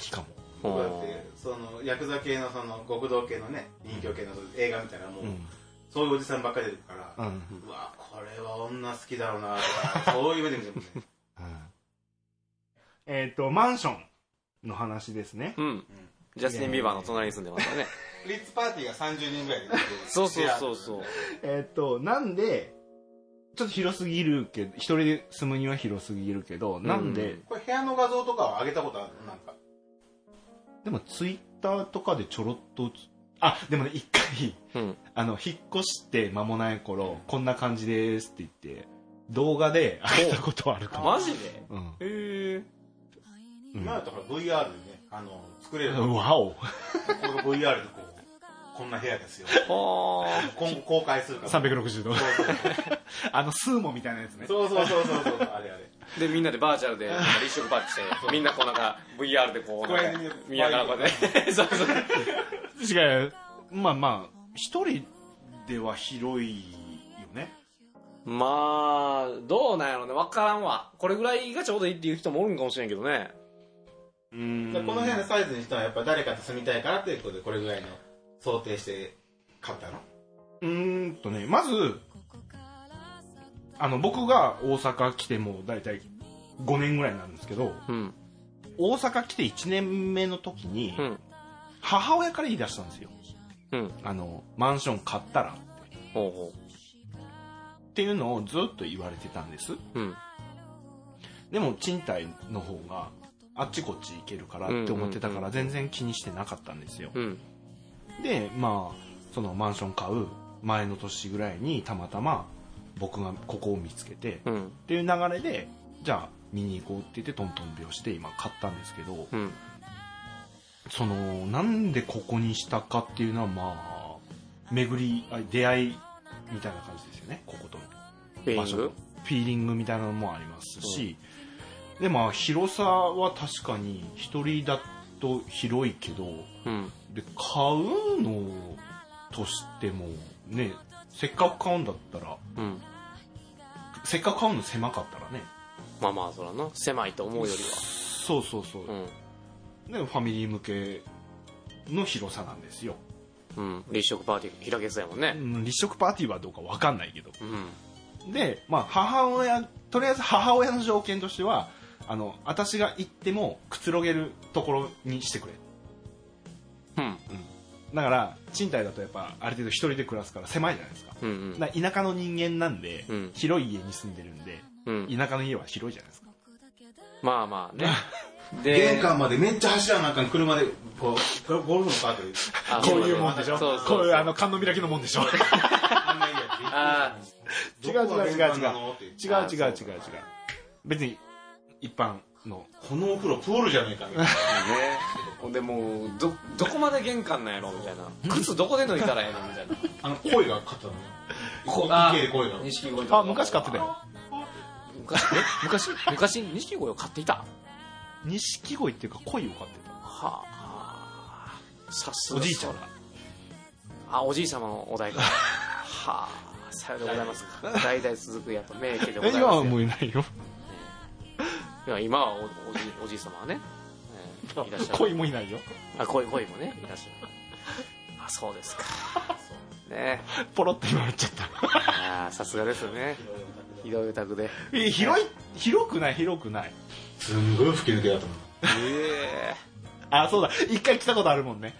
E: きかも
D: 僕だっ
C: ん
D: てそのヤクザ系のその極道系のね人形系の映画みたいなもう、
E: うん
D: そういうおじさんばっかり出てくるから、
E: うん、うん
D: うわこれは女好きだろうなと かそういう目で見てもね
E: えっ、とマンションの話ですね
C: うんジャスティン・ビーバーの隣に住んでますからね
D: リッツパーティーが30人ぐらいで
C: そうそうそうそう
E: えっ、となんでちょっと広すぎるけど、一人で住むには広すぎるけど、なんで、
D: これ部屋の画像とかは上げたことあるのなんか。
E: でもツイッターとかでちょろっと、あ、でもね、一回、
C: うん
E: あの、引っ越して間もない頃、こんな感じですって言って、動画で上げたことあるかも。
C: マジで
E: うん。
C: へえ
E: うん
D: 今だとほら VR でね、あの、作れるの。こ
E: わお
D: の VR でこう、こんな部屋ですよ。
C: あ
D: 今後公開するから。
E: !360 度。
D: そうそう
E: あの、スーモみたいなやつね。
D: そうそうそうそうそうそう、あれあれ。
C: あでみんなでバーチャルでなんか一色バッチしてみんなこうなんか VR でこうなんか
D: こうやって
C: 見ながらこうやってそうそう
E: 違う。まあまあ、一人では広いよね。
C: まあどうなんやろね分からんわこれぐらいがちょうどいいっていう人もおるんかもしれんけどね
E: うん
D: でこの部屋のサイズにしたのはやっぱ誰かと住みたいからっていうことでこれぐらいの想定して買ったの
E: うーんとね、まず、あの、僕が大阪来てもう大体5年ぐらいになるんですけど、
C: うん
E: 大阪来て1年目の時に
C: う、ん
E: 母親から言い出したんですよ。
C: うん
E: あの、マンション買ったらっ
C: ほうほ
E: ていうのをずっと言われてたんです。
C: ううん
E: でも賃貸の方があっちこっち行けるからって思ってたから全然気にしてなかったんですよ。
C: うん
E: で、まあ、そのマンション買う前の年ぐらいにたまたま僕がここを見つけて、
C: うん
E: っていう流れでじゃあ見に行こうって言ってトントン拍子で今買ったんですけど
C: うん
E: そのなんでここにしたかっていうのはまあ巡りあ出会いみたいな感じですよねこことの
C: フィーリ
E: 場
C: ン
E: 所
C: グ
E: フィーリングみたいなのもありますし、でまあ広さは確かに一人だと広いけど
C: うん
E: で買うのとしてもねせっかく買うんだったら
C: うん
E: せっかく買うの狭かったらね
C: まあまあそらな狭いと思うより
E: そうそうそう、
C: は
E: ね、ファミリー向けの広さなんですよ、
C: うんうん立食パーティー開けそうやもんね
E: うん、立食パーティーはどうか分かんないけど
C: うん
E: で、まあ、母親とりあえず母親の条件としてはあの私が行ってもくつろげるところにしてくれ
C: うん
E: だから賃貸だとやっぱある程度一人で暮らすから狭いじゃないですか
C: うんうん
E: だから田舎の人間なんで、
C: うん
E: 広い家に住んでるんで
C: うん
E: 田舎の家は広いじゃないですか
C: まあまあ ね
D: 玄関までめっちゃ走らなあかん車でこうゴゴルフのカートで
C: あ
E: こういうもんでしょ
C: そうそう
E: こういうあの観音開きのもんでしょ
D: あんまいいやつ
C: あ
E: 違う違う違う違う
D: どこが玄関なのって
E: 違う違う違う違う別に一般の
D: このお風呂プールじゃねえかみたいな
C: ねほんでもうどどこまで玄関なんやろみたいな靴どこで脱いだらええのみたいな
D: あの声が勝ったのね
C: こ
D: 池で声が
C: 錦鯉とか
E: あ昔買ってたよ
C: 昔え昔昔錦鯉を買っていたは
E: 錦鯉っていうか鯉を飼って
C: あさす
E: た
C: が
E: おじいちゃんが
C: あおじい様のお 代からはあさようでございますか代々続くやと名家でございますよ
E: いないよ
C: いや今はおおじおじい様はね、えーいらっしゃる
E: 恋もいないよ
C: あ恋恋もねいらっしゃるあそうですかね
E: ポロって言われちゃった
C: あーさすがですねひどいお宅で
E: え 広い広くない広くない
D: すんごい吹き抜けだと思
C: え
E: あそうだ一回来たことあるもんね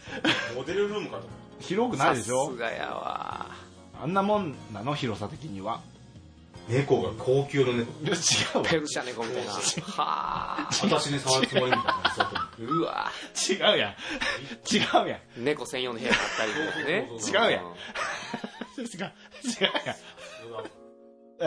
D: うモデルルームかと思
E: 広
C: え
E: くないでし
C: さ
E: ょ
C: すがやわ
E: あんなもんなの広さ的には
D: う猫が高級 の猫
E: いや違う
C: ペルシャ猫みたいなはあ
D: 私に触るつもりみたいなそうやって
C: うわ
E: わ違うやん違うやん
C: 猫専用の部屋があったりとかね
D: そう
E: そうそう違うやん
C: ん
E: 違う違うやん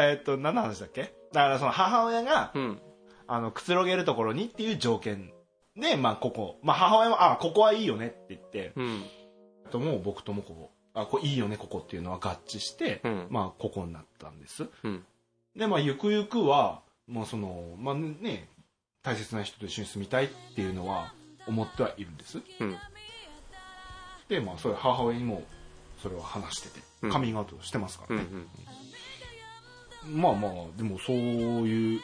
E: えーっと何の話だっけだからその母親が
C: うん
E: あのくつろげるところにっていう条件でまあここまあ母親はあここはいいよねって言って
C: うん
E: とも僕ともこうあこれいいよねここっていうのは合致して、
C: うん
E: まあここになったんです、
C: うん
E: でまあゆくゆくはもうそのまあね大切な人と一緒に住みたいっていうのは思ってはいるんです
C: うん
E: でまあそれ母親にもそれを話してて、
C: うん
E: カミングアウトしてますか
C: うんう
E: らね、
C: ん
E: まあまあでもそういう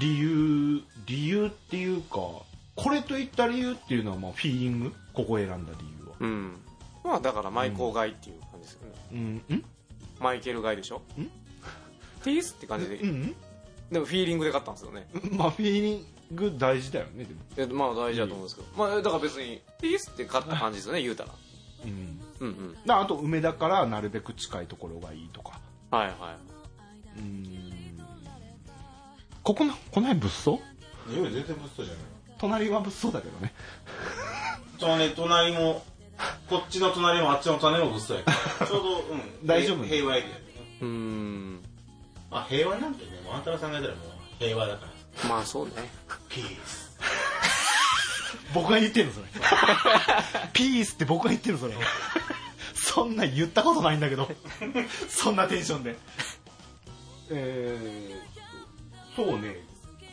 E: 理由理由っていうかこれといった理由っていうのはまあフィーリングここ選んだ理由は
C: うんまあだからマイコー買いっていう感じですよね
E: うんうん
C: マイケル買いでしょ
E: ん
C: ティースって感じで
E: うん
C: でもフィーリングで買ったんですよね
E: まあフィーリング大事だよねでも
C: でまあ大事だと思うんですけどまあだから別にティースって買った感じですよね言うたら
E: うん
C: うんうん
E: なあと梅田からなるべく近いところがいいとか
C: はいは
E: ここのこの辺物騒
D: 匂い全然物騒じゃない
E: 隣は物騒だけどね
D: そのね隣もこっちの隣もあっちの隣も物騒やからちょうどうん
E: 大丈夫
D: 平和エリアでね
C: うーん
D: まあ平和なんてねもうあんたらさんが言ったらもう平和だから
C: まあそうね
D: ピース
E: 僕が言ってるのそれピースって僕が言ってるのそれそんな言ったことないんだけどそんなテンションでえー、そうね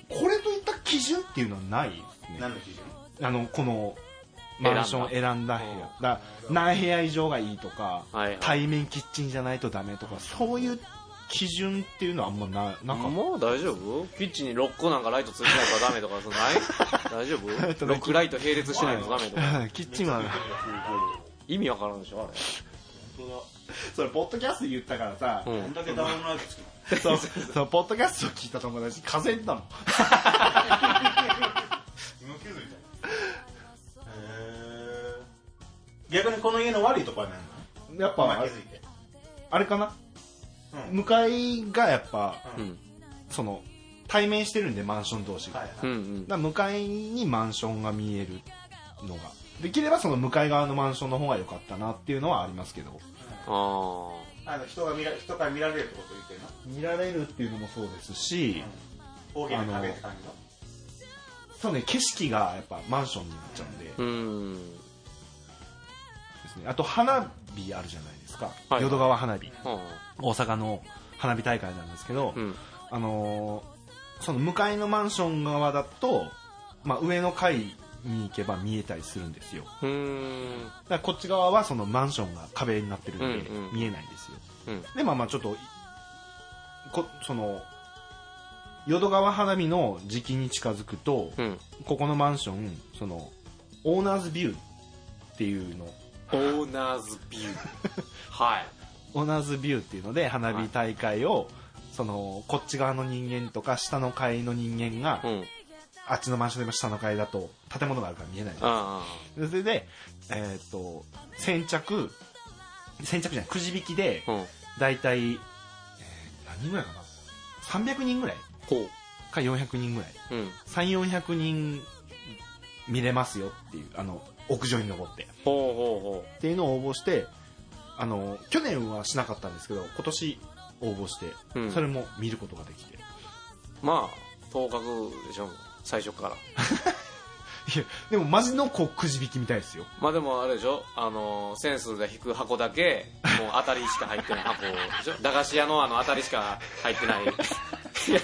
E: これといった基準っていうのはないですね
D: 何の基準
E: あのこのマンションを選んだ部屋だから何部屋以上がいいとか、
C: はいはい
E: 対面キッチンじゃないとダメとかそういう基準っていうのはあんまなな
C: なんん
E: か
C: かもう大丈夫キッチンに6個なんかライトついてないからダメとかそんない大丈夫 ?6 ライト並列してないとダメとか
E: キッチンは
C: 意味わからんでしょあれ
D: 本当だ
E: それポッドキャスト言ったからさ、
C: うん
D: こんだけダウンロードつくの
E: そうそのポッドキャストを聞いた友達風邪ひいたの
D: 無給みたいなへえ逆にこの家の悪いとこは何なの
E: やっ
D: お
E: ぱあ
D: 前
E: れ
D: 気づいて
E: あれかな、
D: うん
E: 向かいがやっぱ
C: うん
E: その対面してるんでマンション同士が、
D: はい
C: うんう
E: だ
D: は
E: か
C: ん
E: ら向かいにマンションが見えるのができればその向かい側のマンションの方が良かったなっていうのはありますけど
C: ああ
D: いあの人が見ら人から見られるってこと言ってるの
E: 見られるっていうのもそうですし、
D: 大きな壁って感じの
E: そうね景色がやっぱマンションになっちゃうんで,、
C: うーん
E: ですね、あと花火あるじゃないですか、
C: はい
E: 淀川花火
C: あ
E: 大阪の花火大会なんですけど、
C: ーうん
E: あのーその向かいのマンション側だと、まあ、上の階に行けば見えたりするんですよ
C: うーん
E: だからこっち側はそのマンションが壁になってるんで
C: うんうん
E: 見えないんですよ、
C: うん
E: でまあまあちょっといこその淀川花火の時期に近づくと、
C: うん
E: ここのマンションそのオーナーズビューっていうの
C: オーナーズビューはい
E: オーナーズビューっていうので花火大会を、そのこっち側の人間とか下の階の人間が、
C: うん
E: あっちのマンションでも下の階だと建物があるから見えない
C: あ
E: それで、えっと先着先着じゃないくじ引きで
C: あうん
E: 大体、えー何人ぐらいかな300人ぐらい
C: ほ
E: か400人ぐらいう
C: うん
E: 3400人見れますよっていうあの屋上に登って
C: ほうほ
E: っていうのを応募してあの去年はしなかったんですけど今年応募して、
C: うほううん
E: それも見ることができて
C: まあ頭角でしょ最初から
E: いやでもマジのこうくじ引きみたいですよ
C: まあでもあれでしょあのーセンスで引く箱だけもう当たりしか入ってない箱でしょ駄菓子屋のあの当たりしか入ってないや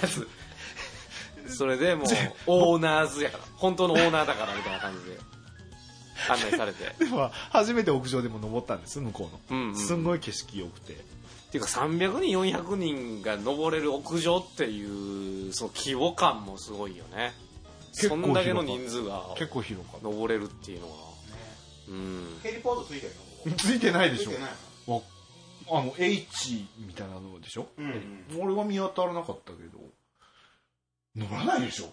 C: つそれでもうオーナーズやから本当のオーナーだからみたいな感じで案内されて
E: でも初めて屋上でも登ったんです向こうの
C: うん、うん、
E: すんごい景色良くて、
C: っていうか300人400人が登れる屋上っていうその規模感もすごいよね
E: 結構
C: そんだけの
E: 広
C: 人数が
E: 結構広かっ
C: 登れるっていうのはうん
D: ヘリポートついてるのここ
E: たついてないで
D: つ
E: し
D: い
E: ょ
D: てない
E: わ あの H みたいなのでしょ、
D: のうん
E: 俺は見当たらなかったけど乗らないでしょ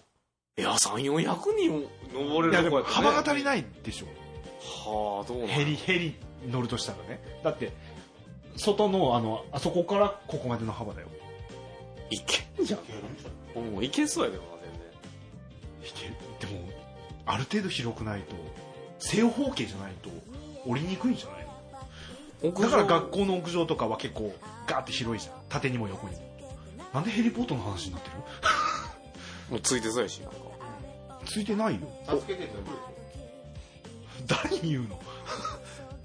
C: いや3400人を登
E: い
C: れ
E: やで
C: るとこ
E: も
C: やった
E: 幅が
C: ね
E: 足りないでしょ
C: はあどうなん
E: ヘリヘリ乗るとしたらねだって外のあのあそこからここまでの幅だよ
C: いけんじゃ
D: いけるんじゃ
C: んもういけそうやけどな
E: 引けるでもある程度広くないと正方形じゃないと降りにくいんじゃないの
C: 全然
E: だから学校の屋上とかは結構ガーって広いじゃん縦にも横にもなんでヘリポートの話になってる
C: もうついてそうやしなんか
E: ついてないよ
D: ない助けてってどういうこ
E: 誰に言うの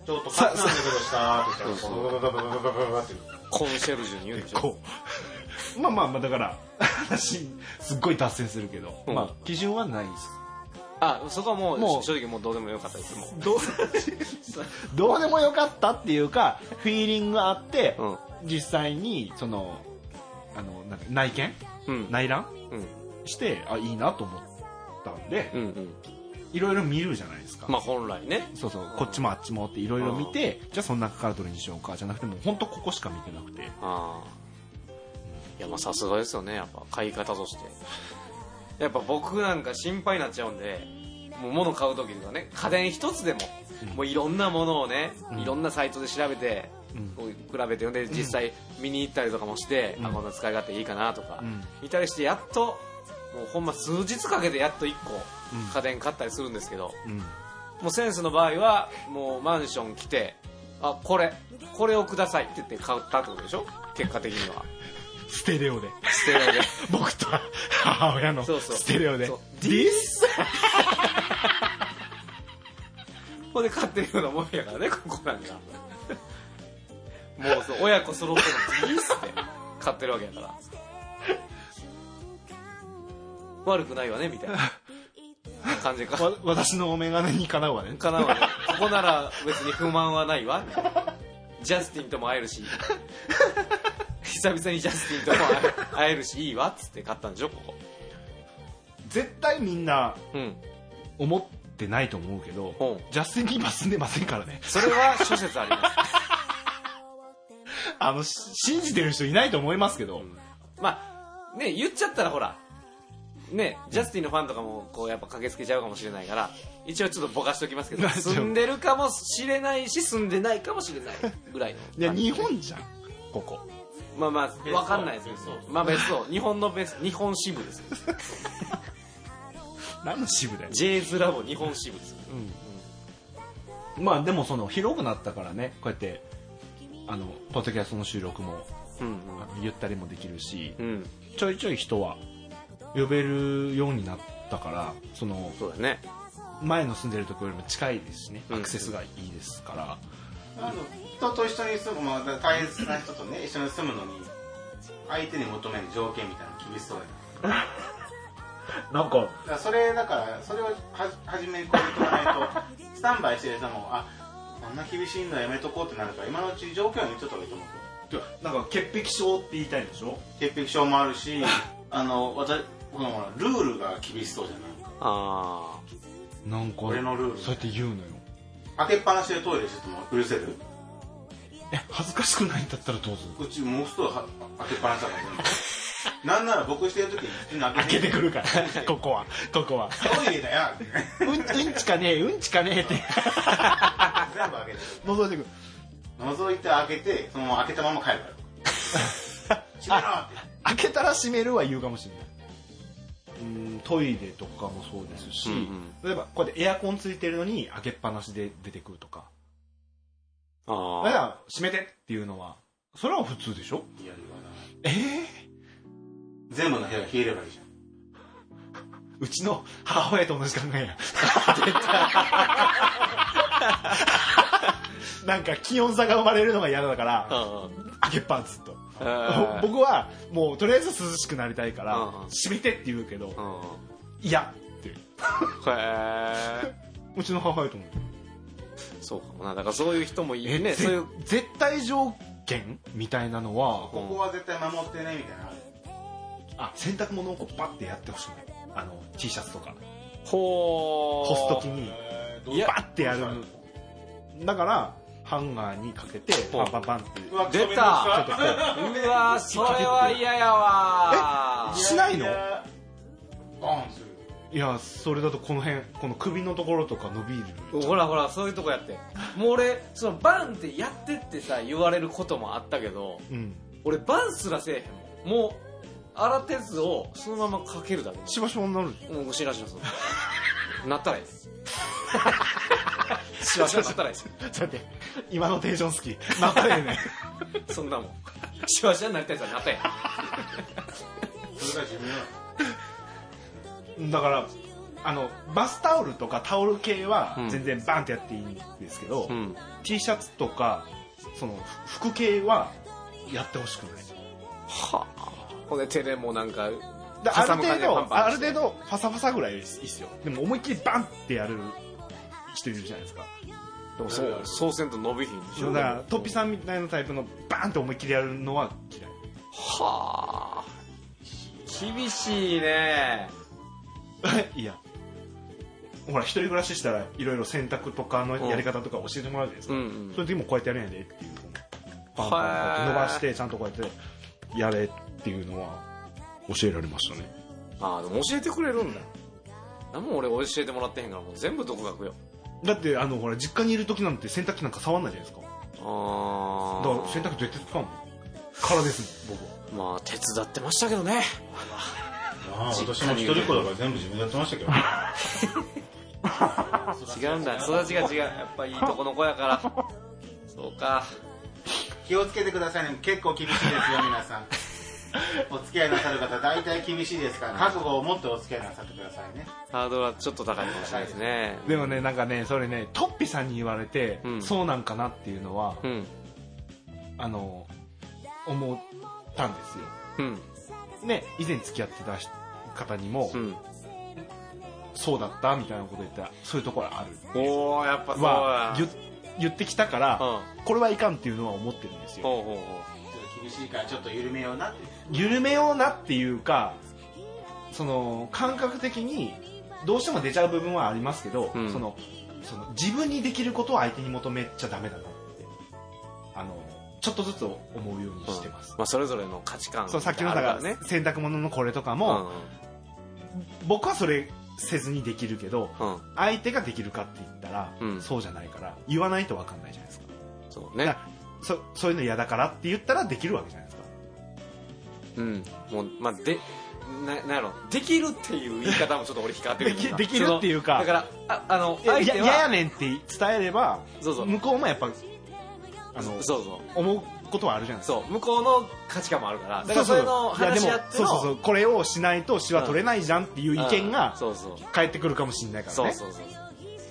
D: とちょっとカツなんだけどしたーって言ったらバババババババババって
C: コンシェルジュに言うんでし
E: 結
C: ょ
E: 構 まあまあまあだから話すっごい脱線するけど、
C: うん
E: まあ基準はないです
C: あそこはもう
E: もう
C: 正直もうどうでもよかったですもう
E: どう どうでもよかったっていうかフィーリングあって、
C: うん
E: 実際にそのあのなんか内見
C: うん
E: 内覧
C: うん
E: してあいいなと思ったんで
C: うんうん
E: いろいろ見るじゃないですか、
C: まあ本来ね
E: そうそうこっちもあっちもっていろいろ見てじゃあその中からどれにしようかじゃなくてもう本当ここしか見てなくて
C: ああいやまあさすがですよねやっぱ買い方としてやっぱ僕なんか心配になっちゃうんでもう物買う時とかね家電一つでももういろんなものをねいろんなサイトで調べてこう比べて読んで実際見に行ったりとかもして、あこんな使い勝手いいかなとか、見たりしてやっともうほんま数日かけてやっと1個家電買ったりするんですけど、
E: うん
C: もうセンスの場合はもうマンション来てあこれこれをくださいって言って買ったってことでしょ結果的には
E: ステレオで
C: ステレオで
E: 僕と 母親の
C: そうそう
E: ステレオで
C: そう
E: This?
C: ここで買ってるようなもんやからねここなんかもうそう親子揃ってのいいっすって買ってるわけやから悪くないわねみたいな感 じか
E: わ私のお眼鏡にかなうわね
C: かなわねここなら別に不満はないわジャスティンとも会えるし久々にジャスティンとも会えるしいいわっつって買ったんでしょここ
E: 絶対みんな
C: うん
E: 思ってないと思うけど、
C: うん
E: ジャスティンに今住んでませんからね
C: それは諸説あります
E: あのし信じてる人いないと思いますけど、
C: まあね言っちゃったらほらねジャスティンのファンとかもこうやっぱ駆けつけちゃうかもしれないから一応ちょっとぼかしておきますけど住んでるかもしれないし住んでないかもしれないぐらい
E: いや
C: の
E: 日本じゃんここ
C: まあまあ分かんないですけどまあ別荘日本の別日本支部です
E: 何の支部だよ
C: J ズラボ日本支部です
E: まあでもその広くなったからねこうやってあのポッドキャストの収録も
C: うん
E: あのゆったりもできるし
C: うん、うん、
E: ちょいちょい人は呼べるようになったからその
C: そうだね
E: 前の住んでるところよりも近いですしね
C: うん
E: アクセスがいいですから、
D: あの人と一緒に住む、まあ、大切な人とね一緒に住むのに相手に求める条件みたいなの厳しそうやな
E: なんか
D: だからそれだからそれをは初めにこう言っておかないとスタンバイしてる人もあこんな厳しいのはやめとこうってなるから今のうち状況に言っとった方がいいと思う
E: なんか潔癖症って言いたいんでしょ
D: 潔癖症もある しあの私このほらルールが厳しそうじゃない
C: ああ
E: なんか
D: 俺のルール
E: そうやって言うのよ
D: 開けっぱなしでトイレしてても許せる
E: え恥ずかしくないんだったらどうぞ
D: うちもう一度は開けっぱなしだから全部 なんなら僕してる時に普通に開け
E: 開けてく るからここはここは
D: トイレだよってね
E: うんうんちかねえうんちかねえって
D: 全部開けてる
E: 覗いてくる
D: 覗いて開けてそのまま開けたまま帰る から閉めろって
E: 開けたら閉めるは言うかもしれないうんトイレとかもそうですし、
C: うん
E: 例えばこうやってエアコンついてるのに開けっぱなしで出てくるとかだか
C: ああ
E: ら閉めてっていうのはそれは普通でしょ
D: いや言わない
E: ええ
D: 全部の部屋が冷えればいいじゃん
E: うちの母親と同じ考えや なんか気温差が生まれるのが嫌だから開けっぱずっと
C: うん
E: 僕はもうとりあえず涼しくなりたいから
C: うん
E: 閉めてって言うけど
C: うん
E: いやって
C: へえ
E: うちの母親と思う
C: そうかもなだからそういう人もいるねそういう
E: 絶対条件みたいなのは
D: ここは絶対守ってねみたいなのある
E: あ洗濯物をこうパッてやってほしいのあの T シャツとか
C: ほ
E: 干す時に
D: えーどう
C: いや
E: バッてやるだからハンガーにかけて
C: ほ
E: バ
C: う
E: ンバンバンって
D: うわ
C: 出た
D: ごめんなさいう
C: わそれは嫌やわ
E: しないの
D: いやボンする
E: いやそれだとこの辺この首のところとか伸びる
C: ほらほらそういうとこやってもう俺そのバンってやってってさ言われることもあったけど
E: うん
C: 俺バンすらせえへんもんもう洗ったやつをそのままかけるだけ
E: しばしばになる
C: もうしなし なそうなったらいいですしわしわなったらいいです
E: だって今のテンション好きなったらええね
C: そんなもんしわしわになりたいやつはなったやん
D: それが自分の
E: だからあのバスタオルとかタオル系は
C: うん
E: 全然バンってやっていいんですけど、
C: ん
E: T シャツとかその服系はやってほしくない
C: はあほんで手でもうなんか
E: だある程
C: 挟む感じでパン
E: 度
C: パ
E: あ
C: ン
E: る
C: して
E: 程度パサパサぐらいですいいっすよでも思いっきりバンってやる人いるじゃないですか
C: でもそうそうせんと伸びひんでし
E: だ
C: ょ
E: からトッピさんみたいなタイプのバンって思いっきりやるのは嫌い
C: はあ厳しいね
E: いやほら一人暮らししたらいろいろ洗濯とかのやり方とか教えてもらうじゃないですか、
C: うんうん
E: それでもこうやってやるんやでっていうパンパン
C: は
E: パ
C: い
E: ン伸ばしてちゃんとこうやってやれっていうのは教えられましたね
C: ああでも教えてくれるんだ何も俺教えてもらってへんからもう全部独学よ
E: だってあのほら実家にいる時なんて洗濯機なんか触んないじゃないですか
C: あ
E: だから洗濯
C: ー
E: どうやって使うのからです僕は
C: まあ手伝ってましたけどね
D: あー私も一人っ子だから全部自分でやってましたけど
C: 違うんだ育ちが違うやっぱいいとこの子 やからそうか
D: 気をつけてくださいね結構厳しいですよ皆 さんお付き合いなさる方大体厳しいですから覚悟を持ってお付き合いなさってくださいね
C: ハードルはちょっと高いかもしれないですね
E: でもねなんかねそれねトッピさんに言われて、
C: うん
E: そうなんかなっていうのは
C: うん
E: あの思ったんですよ
C: うん
E: ね以前付き合ってた人方にも、
C: うん
E: そうだったみたいなこと言ったらそういうところある
C: おおやっぱそう
E: は
C: や
E: 言言ってきたから、
C: うん
E: これはいかんっていうのは思ってるんですよ
C: ほうほうほ
D: ちょっと厳しいからちょっと緩めようなって
E: 緩めようなっていうかその感覚的にどうしても出ちゃう部分はありますけど、
C: うん
E: そのその自分にできることを相手に求めちゃダメだなってあのちょっとずつ思うように
C: う
E: してます、
C: まあそれぞれの価値観
E: そうさっきの
C: あ
E: だ
C: る
E: から
C: ね
E: 洗濯物のこれとか
C: う
E: も、僕はそれせずにできるけど
C: んうん
E: 相手ができるかって言ったら、
C: うん
E: そうじゃないから言わないと分かんないじゃないですか
C: そうね
E: そそういうの嫌だからって言ったらできるわけじゃないですか
C: うんもうまあでななんやろできるっていう言い方もちょっと俺引っかかってるけどな
E: できできるっていうか
C: そのだからああの
E: いや
C: 相
E: いや
C: 手
E: 嫌や
C: は
E: ねんって伝えれば
C: そうそう
E: 向こうもやっぱあの
C: そうそう
E: 思うことはあるじゃないですか
C: そう向こうの価値観もあるからだからそ
E: そう
C: れの
E: いやで
C: 話
E: も
C: し合って
E: そう
C: の
E: そうそうこれをしないとシワ取れないじゃんっていう意見
C: うん
E: が
C: そうそう
E: 返ってくるかもしれないから
C: そう
E: ね
C: そうそう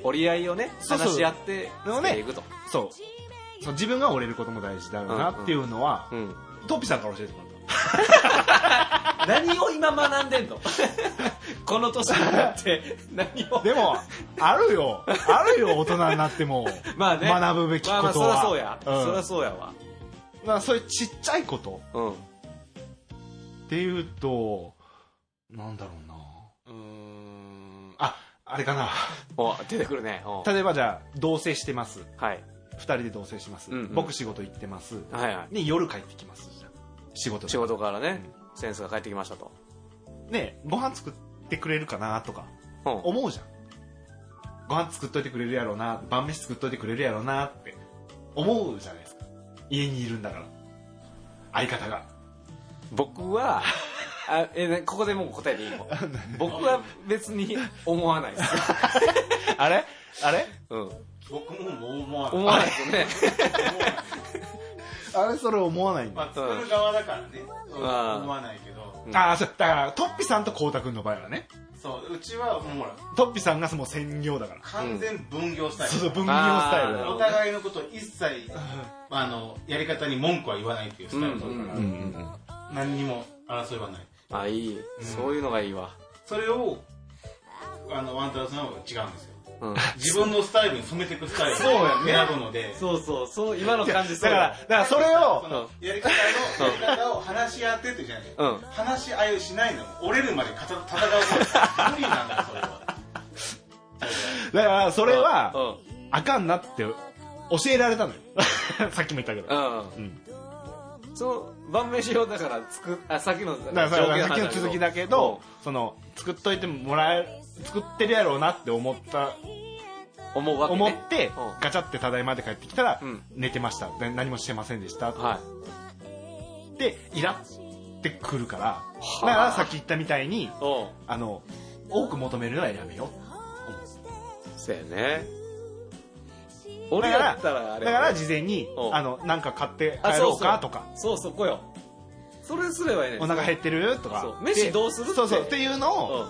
C: 折り合いをね
E: そうそう
C: 話し合って
E: の
C: し
E: ね
C: ていくと
E: そうそう自分が折れることも大事だよなっていうのは
C: うん
E: トッピさんから教えてもらっ
C: 何を今学んでんの この年になって何を
E: たでもあるよあるよ大人になっても
C: まあね
E: 学ぶべきことは
C: まあまあそりゃそうや、
E: うん
C: そりゃそうやわ
E: まあそういうちっちゃいこと
C: うん
E: っていうとなんだろうな
C: うーん
E: ああれかな
C: お出てくるねお
E: 例えばじゃあ同棲してます
C: はい
E: 2人で同棲します、
C: うんうん
E: 僕仕事行ってます
C: はいはい
E: で夜帰ってきます仕事で
C: 仕事からね、センスが帰ってきましたと
E: ねご飯作ってくれるかなとか
C: うん
E: 思うじゃんご飯作っといてくれるやろうな晩飯作っといてくれるやろうなって思うじゃないですか家にいるんだから相方が
C: 僕 はあえねここでもう答えてい いの僕は別に思わ ないです
E: あれあれ
C: うん
D: 僕ももう思わない
C: 思わないですよ ね
E: あれそれ思わないんだ、
D: まあ作る側だからねそう
C: あー
D: 思わないけど
C: うん
E: ああそうだからトッピさんとこうたくんの場合はね
D: そううちはもうほら
E: トッピさんがもう専業だから
D: 完全分業スタイル、
E: そうそう分業スタイルだ
C: あ
E: か
D: お互いのこと一切あのやり方に文句は言わないっていうスタイルだから、
C: うんうん
E: らうんうんうん
D: 何にも争いはない
C: あいい、
D: ん
C: そういうのがいいわ、
D: それをあのワンタロウさんは違うんですよ
C: うん、
D: 自分のスタイルに染めていくスタイルを
E: そうやね
D: 選ぶので
C: そうそうそう今の感じ
E: だから、だからそれ
D: そ
E: を、
D: のやり方のやり方を話し合ってってじゃない、
C: うん
D: 話し合いをしないの折れるまで戦うの無理なんだそれは
E: だからそ
C: こ
E: れは、あかんなって教えられたのよ。 さっきも言ったけど。
C: う
E: だか
C: ん、うんその晩飯をだから作あさっきの条件
E: らささっきの
C: 話
E: 続きだけど、その、作っといてもらえ、作ってるやろうなって思った、
C: 思うわけ、ね、
E: 思って
C: う、ん
E: ガチャってただいまで帰ってきたら
C: うん、
E: 寝てました。で何もしてませんでした。
C: は
E: で、イラってくるから、
C: あ
E: だからさっき言ったみたいに、
C: いおう
E: あの、多く求めるのはやめよ
C: そうやね
E: う。
C: 俺
E: だか
C: や
E: ら、
C: ったらあ
E: だ
C: れ
E: から事前に
C: う、ん
E: あの、なんか買って
C: あ
E: 帰
C: そ
E: ろ
C: う
E: うかとか。
C: そうそうそこよそれすればいいね
E: お腹減ってるとか
C: そう飯
E: で
C: どうするって
E: そうそうっていうの
C: う
E: を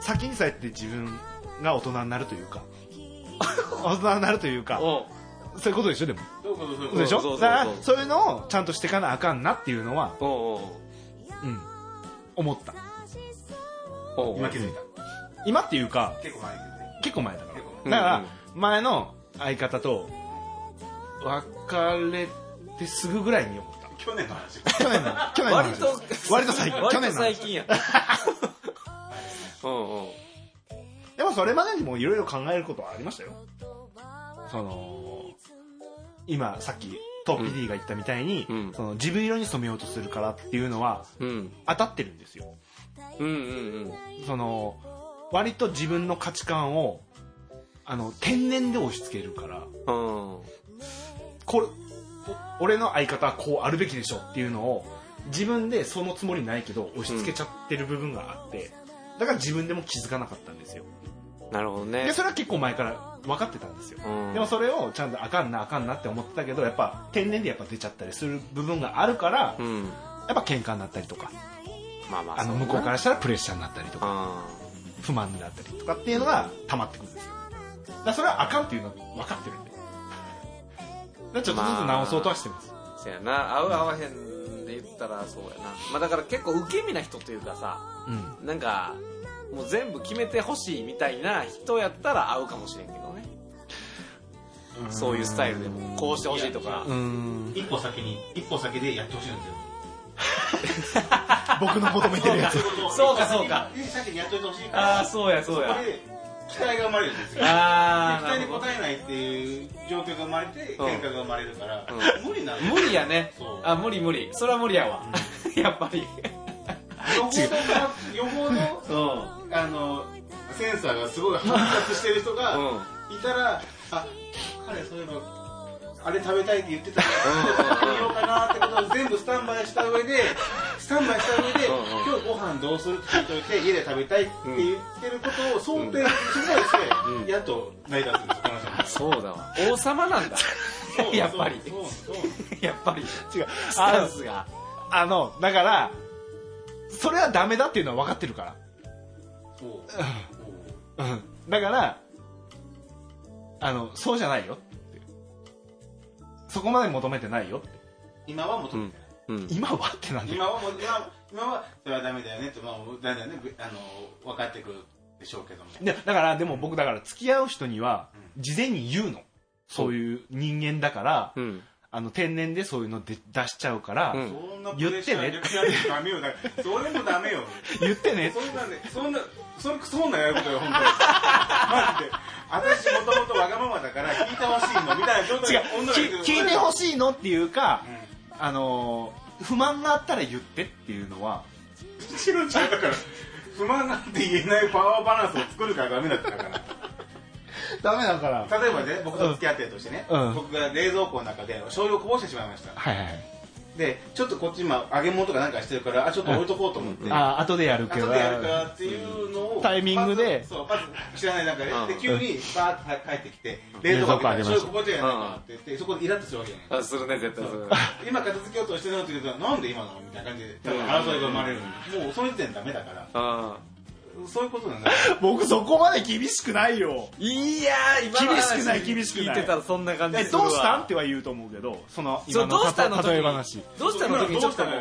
E: 先にそうやって自分が大人になるという か大人になるというか
C: んうん
E: そういうことでしょでも
D: どういうことそういう
E: そう
D: こ
E: でしょ
C: そうそうそう
E: だからそういうのをちゃんとしてかなあかんなっていうのは
C: おう
E: うん思った
C: おうおう
D: と今気づいた
E: 今っていうか
D: 結構前に気づいた
E: 結構前だから
D: 結
E: だ
D: 構
E: から前の相方と別れてすぐぐらいに思った
D: 去年の話
E: 去年の去年の
C: 割
E: 話
C: と
E: 割と最近去
C: 割と
E: 年の
C: 最
E: 話
C: 近やうんうん
E: でもそれまでにもいろいろ考えることはありましたよ。その、今さっきトッピ D が言ったみたいに、
C: うん
E: その自分色に染めようとするからっていうのは
C: うん
E: 当たってるんですよ。
C: うんうん
E: その、割と自分の価値観を、あの、天然で押し付けるから、
C: うんうん
E: これお俺の相方はこうあるべきでしょっていうのを自分でそのつもりないけど押し付けちゃってる部分があって、だから自分でも気づかなかったんですよ
C: なるほどね
E: でそれは結構前から分かってたんですよ、
C: うん
E: でもそれをちゃんとあかんなあかんなって思ってたけどやっぱ天然でやっぱ出ちゃったりする部分があるから、
C: う
E: やっ
C: ん
E: ぱ喧嘩になったりとか
C: まあまあ
E: あの向こうからしたらプレッシャーになったりとか
C: あ
E: 不満になったりとかっていうのが溜まってくるんですよだからそれはあかんっていうのは分かってるんでだからちょっとずつ直そうとはしてます、
C: あせやな合う合わへんで言ったらそうやなまあだから結構受け身な人というかさ
E: うん
C: なんかもう全部決めてほしいみたいな人やったら合うかもしれんけどねそういうスタイルでもこうしてほしいとか
E: うん
D: 一歩先に一歩先でやってほしいんですよ
B: 僕の求めてるやつ
C: そうかそうか
D: 一歩先にやっといてほしいから
C: ああそうやそう
D: こ
C: や
D: れで期待が生まれるんですよ
C: あ
D: 期
C: あな
D: 待
C: る
D: に
C: ほ
D: 応
C: ど
D: えないっていう状況が生まれて
C: うん
D: 喧嘩が生まれるから、
C: う
D: 無理なの
C: 無理やね
D: そう
C: あ無理無理それは無理やわやっぱり
D: よほどよほど
C: うん
D: あのセンサーがすごい発達してる人が
C: うん
D: いたらあ彼そういえばあれ食べたいって言ってたから
C: うん
D: 見ようかなってことを全部スタンバイした上でスタンバイした上で
C: うんうん
D: 今日ご飯どうするって聞いといて家で食べたいって言ってることを想定に
C: うん
D: してやっと成り立つんです彼女は
C: そうだわ王様なんだ
D: そ う
C: やっぱり
D: そうそう
C: やっぱり
E: 違う
C: スタンスが
E: あのだからそれはダメだっていうのは分かってるか
D: そう
E: ら、うん、だからあのそうじゃないよってそこまで求めてないよって
D: 今は求めてない、
C: うん
E: 今はってなんだよ
D: 今はもう今は今はそれはダメだよねって、まあ、だんだんねぶあの分かってくるでしょうけども
E: でだからでも僕だから付き合う人には事前に言うのそういう人間だから、
C: うん
E: あの天然でそういうので出しちゃうから、
C: うん
D: そんなプレッシャー逆やってダメよだからそれもダメよ
E: 言ってね
D: そんなねそんなそれクソ女やることよ本当にマジで私もともとわがままだから聞いてほしいのみたいな状態
E: 違う
D: で女が
E: き聞いてほ
D: しい
E: しいのっていうか、あのー不満があったら言ってっていうのは
D: 後ろちゃんだから不満なんて言えないパワーバランスを作るからダメだったから
E: ダメだから
D: 例えばね僕と付き合ってるとしてね、
E: うん
D: 僕が冷蔵庫の中で醤油をこぼしてしまいました
E: はいはいはい
D: でちょっとこっち今揚げ物とかなんかしてるからあちょっと置いとこうと思って、
E: あ後でやる
D: あ
E: け
D: と
E: ど
D: でやるからっていうのを
E: タイミングで
D: まずそうまず知らない中で
C: うん
D: で急にバーッて帰ってきて冷蔵庫開けた
E: 冷
D: ら醤油
E: 蔵
D: こぼれちゃうやないかって言ってそこでイラッとするわけやね
C: あするね絶対する
D: 今片付けようとしてるのって言うとなんで今なのみたいな感じで多分争いが生まれるもうその時点でダメだか
C: うん
D: らそういうことなんだよ
E: 僕そこまで厳しくないよ
C: いやー今の
E: 厳し
C: 話
E: くない厳しくない
C: 聞いてたらそんな感じ
E: え
C: するわ
E: どうしたんっては言うと思うけどその
C: そ
E: 今
C: うど
E: の
C: うしたの時に
E: 例え話
C: どうしたの時にちょっともう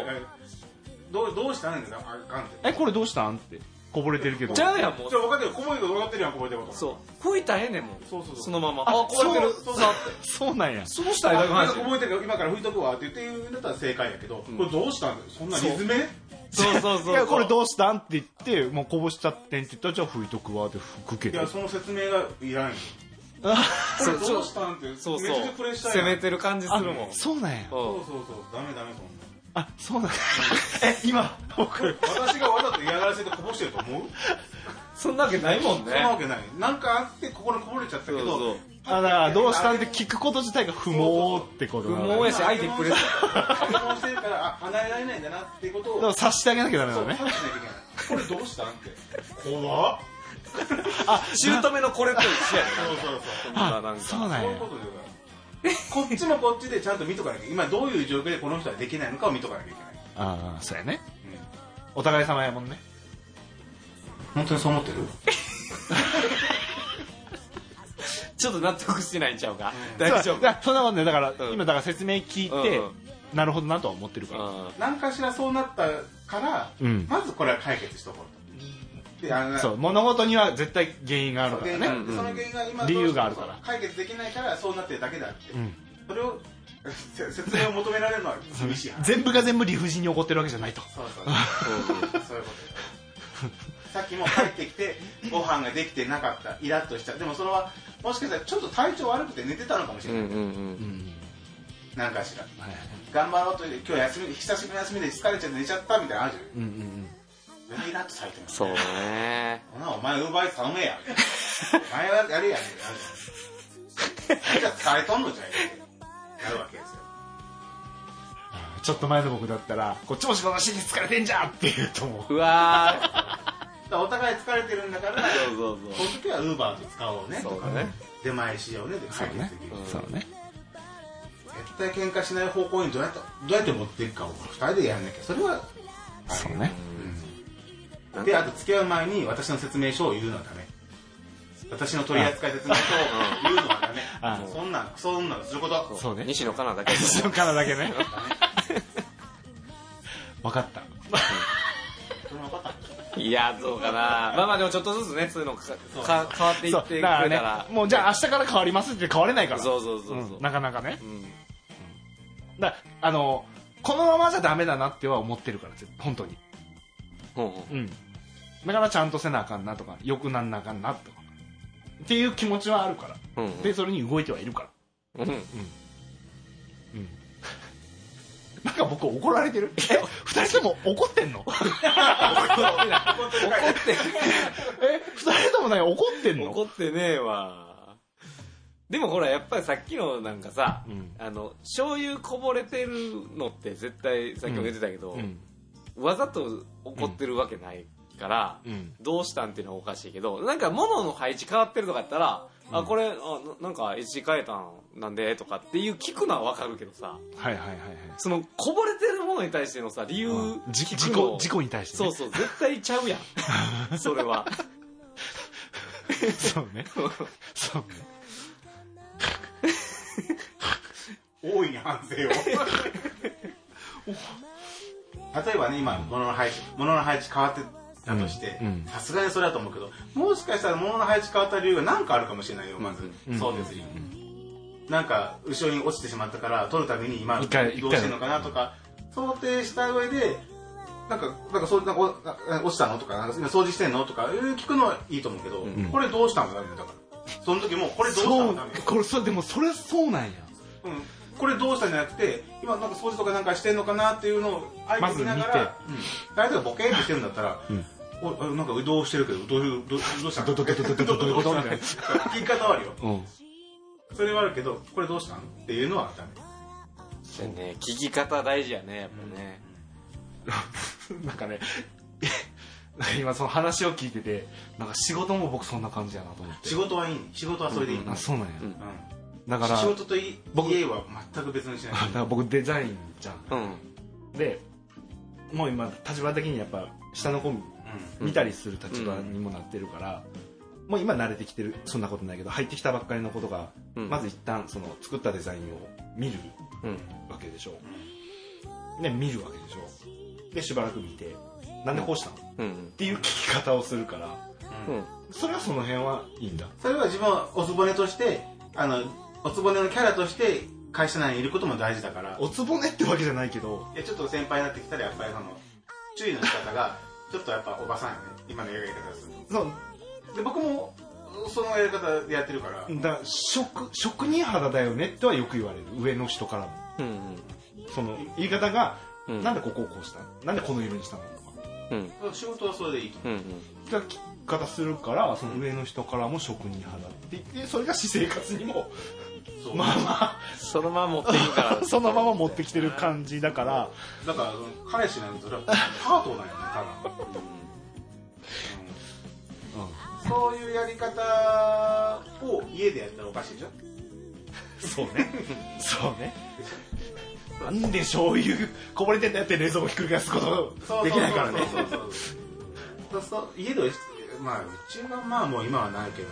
D: どうどうしたんだよあかんって
E: えこれどうしたんってこぼれてるけど
C: ちゃうやんもう
D: じゃあ分かってるこぼれてる分かってるやんこぼれてること
C: そう拭いたらええねんもん
D: そうそうそう
C: そのまま
E: あ
C: あこうやってる
E: そう
C: そうだって
E: そうなんや
C: そうした
D: あ
C: らええ
D: なん
C: 話
D: かこぼれてるから今から拭いとくわって言って言うんだったら正解やけど、
C: ん
D: これどうしたんだよそんなリズム
C: そうそうそう
E: いやこれどうしたんって言ってもうこぼしちゃってんって言ったらじゃあ拭いとくわって拭くけ
D: いや
E: ど
D: その説明がいらんよこ
C: そ
D: れ
C: う
D: どうしたんってめちゃ
C: そう
D: くち
C: そう
D: ゃプレッシャー
C: 攻
D: や
C: め
D: ん
C: てる感じす
E: あ
C: るもん
E: そうなんや
D: そう
C: う
D: そうそうダメダメそんな
E: あそうなんや え今僕
D: 私がわざと嫌がらせでこぼしてると思う
C: そんなわけないもん
D: そんなわ
C: ね
D: けないなんかあってここにこぼれちゃったけど
C: そうそう
E: あだからどうしたんって聞くこと自体が不毛ってこと
C: 不
E: なの
C: 毛やし
D: 今
C: 相手プレッシ
D: 揚げ物してるからあ離れられないんだなっていうことを
E: でも察してあげなきゃダメ
D: そ
E: だ
D: う話
E: ね
D: しなきゃいけないこれどうしたんって怖っ
C: 中止めのこれと一緒やね
D: そうそうそう
C: なんかなん
E: あ
C: か
E: そうなん
D: そう
E: や
D: いうことだよこっちもこっちでちゃんと見とかなきゃ今どういう状況でこの人はできないのかを見とかなきゃいけない
E: ああそうやねお互い様やもんね
D: 本当にそう思ってる
C: ちょっと納得してないんちゃうか大丈
E: そう
C: 夫
E: だそんなことねだから、
C: うん
E: 今だから説明聞いて、
C: うんう
E: なるほどなとは思ってるから、
C: うん
D: 何かしらそうなったから、
E: うん
D: まずこれは解決しとこうとであの
E: そう物事には絶対原因があるか
D: 原
E: ら
D: 因が
E: ね
D: あるその原因が今
E: 理由があるから
D: 解決できないからそうなってるだけであって、
E: ん
D: それをせ説明を求められるのは厳しい話
E: 全部が全部理不尽に起こってるわけじゃないと
D: そうそうそうそういうことさっきも帰ってきてご飯ができてなかったイラッとしたでもそれはもしかしたらちょっと体調悪くて寝てたのかもしれ
C: う
D: ない、
C: んうん
D: なんかしら頑張ろうと今日休み久しぶりの休みで疲れちゃって寝ちゃったみたいなのあるじ
E: うんうんうん
D: ゃん全然イラッとされてます
C: そうね
D: ほなお前奪い頼めやお前はやれやねんじゃあ疲れとんのじゃいなるわけですよ
G: ちょっと前の僕だったら、こっちも仕事しに疲れてんじゃんって言うと思う。
C: うわ
D: だからお互い疲れてるんだから
C: ーそうそう
D: この時はウーバーで使おうね
C: そ
D: と
C: うそう
D: か
C: だね
D: 出前しようねで解決できる、
C: うん
E: そうね
D: 絶対喧嘩しない方向にどうやってどうやって持っていくかを2人でやんなきゃそれは
E: そうね
D: うんであと付き合う前に私の説明書を言うのはダメ私の取扱説明書を言うのはダ
E: あ
D: メそんなんそんなんすること
E: そうね
C: 西野カナだけ
E: そっからだけ ね分かった
C: いやそうかなまあまあでもちょっとずつねそういうのかか変わってい
E: そう
C: ってくれ
E: だか
C: た
E: ら
C: ら
E: ねもうじゃあ明日から変わりますって変われないから
C: そうそうそうそう
E: うんなかなかね
C: うん
E: だあのこのままじゃダメだなっては思ってるから絶本当に
C: ほうほう
E: うんだからちゃんとせなあかんなとかよくなんなあかんなとかっていう気持ちはあるから
C: うん
E: でそれに動いてはいるから
C: うんうん
E: なんか僕怒られてるえ二人とも怒って んの
C: 怒って
E: え二人とも何怒ってんの
C: 怒ってねえわでもほらやっぱりさっきのなんかさ、
E: うん
C: あの醤油こぼれてるのって絶対さっきも言ってたけど、
E: うん
C: わざと怒ってるわけないから、
E: うん
C: どうしたんっていうのはおかしいけどなんか物の配置変わってるとかやったら、あこれあななんか位置変えたんなんでとかっていう聞くのはわかるけどさ
E: はいはいはいはい
C: そのこぼれてるものに対してのさ理由
E: うんじ
C: 聞
E: 事
C: くの、
E: 故事故に対して
C: そ
E: ね
C: うそう絶対ちゃうや んそれは
E: そう ねそうね
D: 大いに反省を例えばね今物の配置物の配置変わってたとして
E: うんうん
D: さすがにそれだと思うけどもしかしたら物の配置変わった理由が何かあるかもしれないよまず、
E: うん
D: そうですよ、なんか後ろに落ちてしまったから取るために今ど
E: 一
D: う
E: 回一回
D: してんのかなとか想定した上でなんかなんかそうなんかおな落ちたのとかなんか今掃除してんのとかいう聞くのはいいと思うけど、これどうしたのダメだよだからその時もうこれどうした
E: そ
D: の
E: う
D: ダメよ
E: これそうでもそれそうなんや
D: うん、これどうしたんじゃなくて今なんか掃除とかなんかしてんのかなっていうのを相手見ながら、うん、相手がボケーってしてるんだったら、おあなんか移動してるけどどういうどうどうしたのどういうことどういうことみたいな聞き方はあるよ
E: うん
D: それはあるけどこれどうしたんっていうのはダメ
C: でね聞き方大事やねやっぱね、
E: なんかね 今その話を聞いててなんか仕事も僕そんな感じやなと思って
D: 仕事はいい仕事はそれでいい、うん
E: あそうなんや、
C: ん
E: だから
D: 仕事とい
E: 僕
D: 家は全く別にしな い
E: だから僕デザインじゃん
C: うん
E: でもう今立場的にやっぱ下の子
D: う
E: 見たりする立場にもなってるから、もう今慣れてきてるそんなことないけど入ってきたばっかりの子とか、
C: うん
E: まず一旦その作ったデザインを見る
C: うん
E: わけでしょね見るわけでしょでしばらく見てなんでこうしたの、っ
C: うん
E: ていう聞き方をするから
D: うん
C: うん
E: それはその辺はいいんだ
D: それは自分はおつぼねとしてあのおつぼねのキャラとして会社内にいることも大事だから
E: おつぼねってわけじゃないけど
D: いやちょっと先輩になってきたらやっぱりその注意の仕方がちょっとやっぱおばさんやね今のやり方でする
E: そう
D: で僕もそのやり方でやってるから
E: だ職職人肌だよねってはよく言われる上の人からも
C: うん
E: その言い方が、
C: うん
E: なんでここをこうしたのなんでこの色にしたのとか
C: うん
D: 仕事はそれでいいと
C: うん
E: 聞き方するからその上の人からも職人肌って言ってそれが私生活にも
D: そう
E: まあま
C: そのまま持っていくか
E: あそのまま持ってきてる感じだから
D: だからその彼氏なんてそれはパートナーやねただ、うんそういうやり方を家でやったらおかしいでしょ
E: そうね そうねなんで醤油こぼれてんだよって冷蔵庫ひっくり返すことできないからね
D: そうそうそうそうそうそう家でまあうちはまあもう今はないけど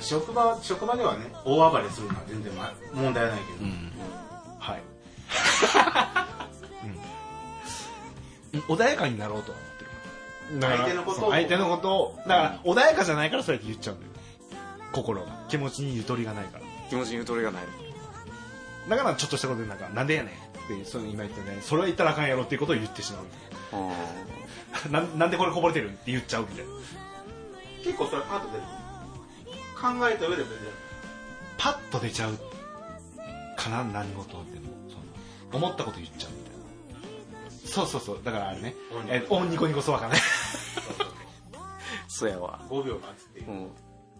D: 職場は職場ではね大暴れするのは全然まあ問題はないけど、
E: はい、うん、穏やかになろうとは思ってるだから
D: 相手のことを
E: そう相手のことをだから穏やかじゃないからそうやって言っちゃうんだよ心が気持ちにゆとりがないから
C: 気持ちにゆとりがない
E: だからちょっとしたことでなんか「なんでやねん」ってその今言ったねそれは言ったらあかんやろっていうことを言ってしまうみたい ななんなんでこれこぼれてるって言っちゃうみたいな
D: 結構それパッと出る考えた上で出てる
E: パッと出ちゃうかな何事でもその思ったこと言っちゃうみたいなそうそうそうだからあれね「えおんにこにこそわかね」
C: そうやわ
D: 5秒待つっていう
C: うん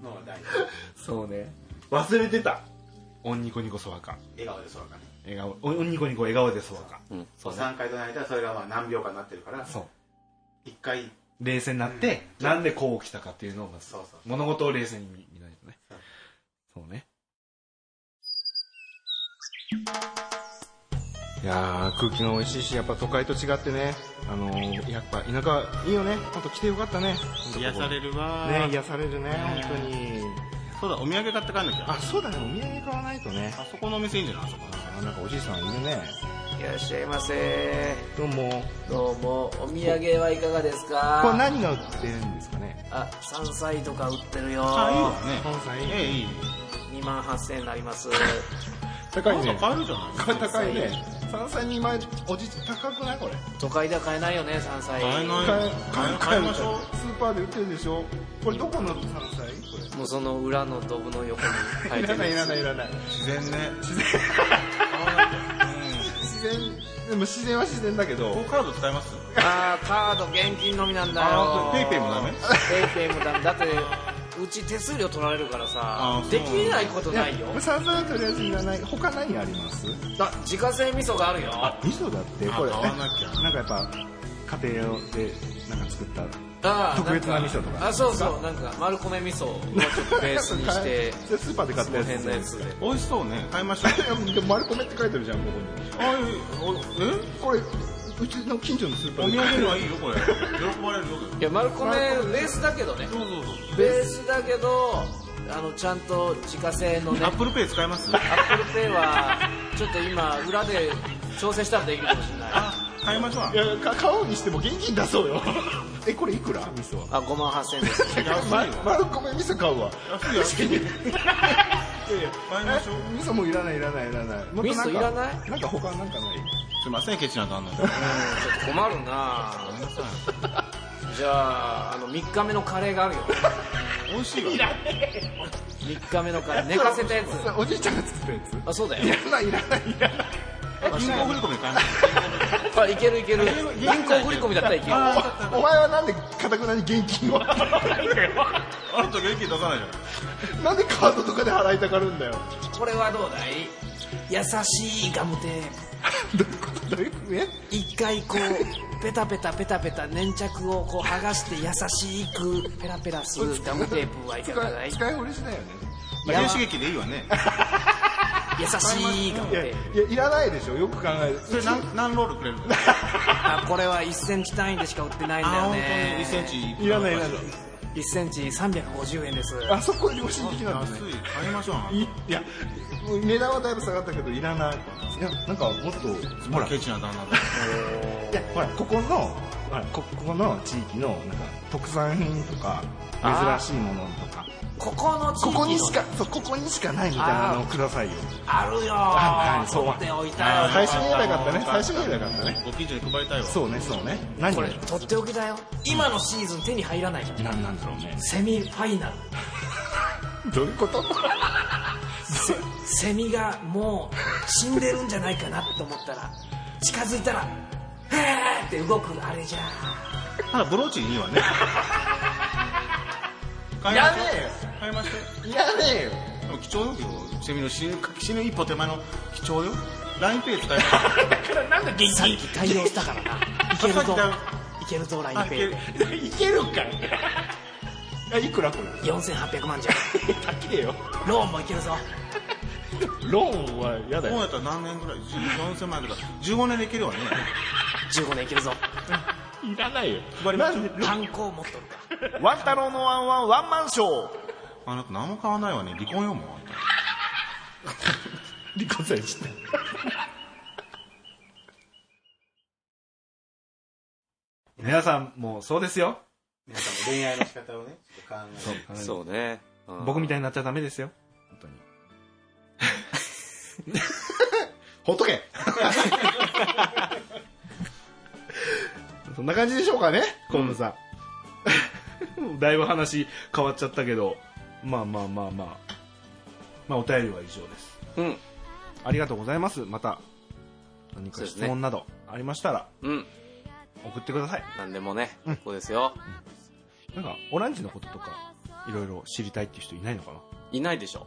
D: のが大事
C: そうね
E: 忘れてたオンニコニコそばか
H: 笑顔でそうだね
E: 笑顔オンニコニコ笑顔でそばか
C: うん、そうね。
H: 3回唱えたらそれがまあ何秒かになってるから
E: そう
H: 一回
E: 冷静になって、
H: うん
E: なんでこう起きたかっていうのをまず
H: そうそう
E: 物事を冷静に見見ないとねそうねいやー空気が美味しいしやっぱ都会と違ってねあのーやっぱ田舎いいよね本当来てよかったねほんとここ
D: 癒されるわ
E: ね癒されるね本当に
D: そうだお土産買って帰んなきゃ
E: あそうだねお土産買わないとね
D: あそこのお店いいんじゃないあそこ
E: あなんかおじいさんいるね
C: いらっしゃいませ。
E: どうも
C: どうも、お土産はいかがです
E: これ
C: か
E: 何が売ってるんですかね
C: あ、山菜とか売ってるよ。
D: いいわね
E: 関西
D: ええいい
C: 2万8000円になります。
E: 高い
D: なん
E: ね
D: か買えるじゃない
E: これ高いね山菜2枚おじ高くないこれ
C: 都会では買えないよね、山菜。
D: 買えない
E: 買え
D: 買え買いましょう
E: スーパーで売ってるでしょこれどこの山菜こ
C: もうその裏のドブの横に生
E: れ
C: え
E: い
C: て
E: ら
C: る
E: ないい
C: や
E: ら
C: つ。
E: ないいらない
D: 自然ね
E: 自然でも自然は自然だけど
D: こうカード使います
C: あー、カード現金のみなんだよ。
D: あーペイペイもダメ
C: ペイペイもダメ。だって、うち手数料取られるからさ
D: あ、ー
C: で
D: そう
C: きないことないよ。
E: 山菜はとりあえずいらない他何あります
C: あ、自家製味噌があるよ。あ
E: 味噌だってこれ
D: あ買わなきゃ
E: なんかやっぱ家庭でなんか作った
C: あー
E: 特別な味噌とか
C: んあ、そうそう、なんか丸米味噌をちょっとベースにして、
E: それスーパーで 買っ
C: そ
E: た
C: の
E: やつ
C: 辺のやつで。
D: 美味しそうね買いましょう
E: いやでも丸米って書いてあるじゃんここに
D: あいいおえ
E: これうちの近所のスーパ
D: お
E: ー
D: 土
E: で
D: 産にはいいよこれ喜ばれるよ
C: いや、丸米ベースだけどね。
D: そうそうそう
C: ベースだけど、あの、ちゃんと自家製のね、
D: ア
C: ア
D: ップルペイ使います
C: ップルペイは、ちょっと今、裏で調整したらできるかもしれない。
D: あ買いましょう
E: いやか買おうにしても現金出そう よえこれいくら味噌は
C: あ、5万8000円です。
E: ま丸米味噌買うわ
D: 安い安い買いましょう
E: 味噌もいらないいらないいらないもっとんか
C: 味噌いらない
E: なんか他なんかない
D: すいませんケチな旦那で
C: ちょっと困るなじゃあ、あの、3日目のカレーがあるよ。
D: 美味しいわ
C: 3日目のカレー、寝かせたやつ。
E: おじいちゃんが作ったやつ
C: あ、そうだ
E: い
C: よ。
E: らないいらないいらない
D: 銀行振り込み買いまし
C: あ、いけるいける。銀行振り込みだったらいける。
E: お前はなんでかたくなに現金を払うんだよ
D: ょうあなた現金出さないじゃん
E: なんでカードとかで払いたがるんだよ
C: これはどうだい優しいガムテー
E: どういうことどういうことえ
C: プ。一回こう、 ペタペタペタペタ粘着をこう剥がして優しくペラペラするガムテープはいかがだ
E: 使
C: い
E: い使い掘りしないよね
D: まあ電子劇でいい わね
C: 優しいガム
E: いや
C: テ
E: い
C: ー
E: や
C: プ。
E: いらないでしょよく考える
D: それ 何何ロールくれるんだ
C: あ、これは1センチ単位でしか売ってないんだよ
D: 本当
C: ね。
D: に1センチ
E: いらないいらない
C: 1センチ350円です。
E: あそこ良心的なんですね
D: 安い買いましょうあ
E: いいや値段はだいぶ下がったけどいらないいやなんかもっと
D: なたほらケチな旦那だ
E: いやほらここのほらこここの地域のなんか特産品とか
C: あー
E: 珍しいものとか
C: ここの地
E: こ
C: 域の
E: こにしかそうここにしかないみたいなのをくださいよ
C: あるよ
E: はいはいそう
C: 取っておいたよ
E: 最初に言えばよかったね最初に言えばよかったね
D: ご近所に配りたいわ
E: そうねそうね何
C: これ取っておきだよ今のシーズン手に入らないから
E: 何なんだろうね
C: セミファイナ ル
E: どういうこと
C: せセミがもう死んでるんじゃないかなと思ったら近づいたら「へーって動くあれじゃ
D: ただブローチにいいわね 買いましょう買いましょう
E: いらねえよ
D: でも貴重よ今日セミの死ぬ死ぬ一歩手前の貴重よ LINEPay 使え
C: んさっき対応したからないける
D: さっき
C: ぞ
D: だよ
C: いけるぞライン
D: ば
C: ペイで
E: いけるんかいあいくらこれ
C: 4800万じゃ
E: 高えよ
C: ローンもいけるぞ
E: ローンは嫌だ
D: こうやったら何年ぐらい4000万円とか15年でいけるわね
C: 15年いけるぞ
E: いらないよ
D: 配りましょう
C: パン粉を持っとるか
I: ワンタロウのワンワンワンマンショー
D: あなた何も買わないわね離婚よもう
E: 離婚されちゃった
J: 皆さんもそうですよ
H: 皆さんも恋愛の仕方をねちょっと考えて
C: そうね
J: 僕みたいになっちゃダメですよ
E: ほっとけそんな感じでしょうかね、コンブさん。
J: だいぶ話変わっちゃったけどまあまあまあまあまあお便りは以上です
C: うん
J: ありがとうございますまた何
C: そう
J: か
C: です
J: 質
C: ね
J: 問などありましたら
C: うん
J: 送ってください、
C: なんでもねここですよ
J: なん かオランジのこととかいろいろ知りたいっていう人いないのかない
C: ないでしょ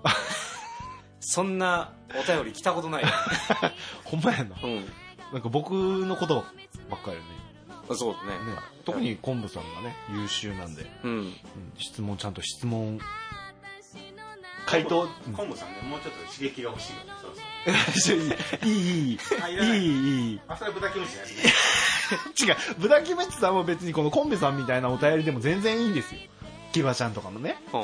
C: そんなお便り来たことない
E: ほんまやな
C: うん
E: なんか僕のことばっかりよね
C: そうだね
E: ね特に昆布さんがね優秀なんで、
C: うん
E: うん質問ちゃんと質問回答
D: 昆布さんね、もうちょっと刺激が欲しいよね。そうそう。
E: いいいいいい
D: あいらない
E: いいいい
D: あ、それは豚キムチだし
E: 違
D: ね。
E: うブラキムチさんも別にこのコンベさんみたいなお便りでも全然いいんですよキバちゃんとかもね
C: う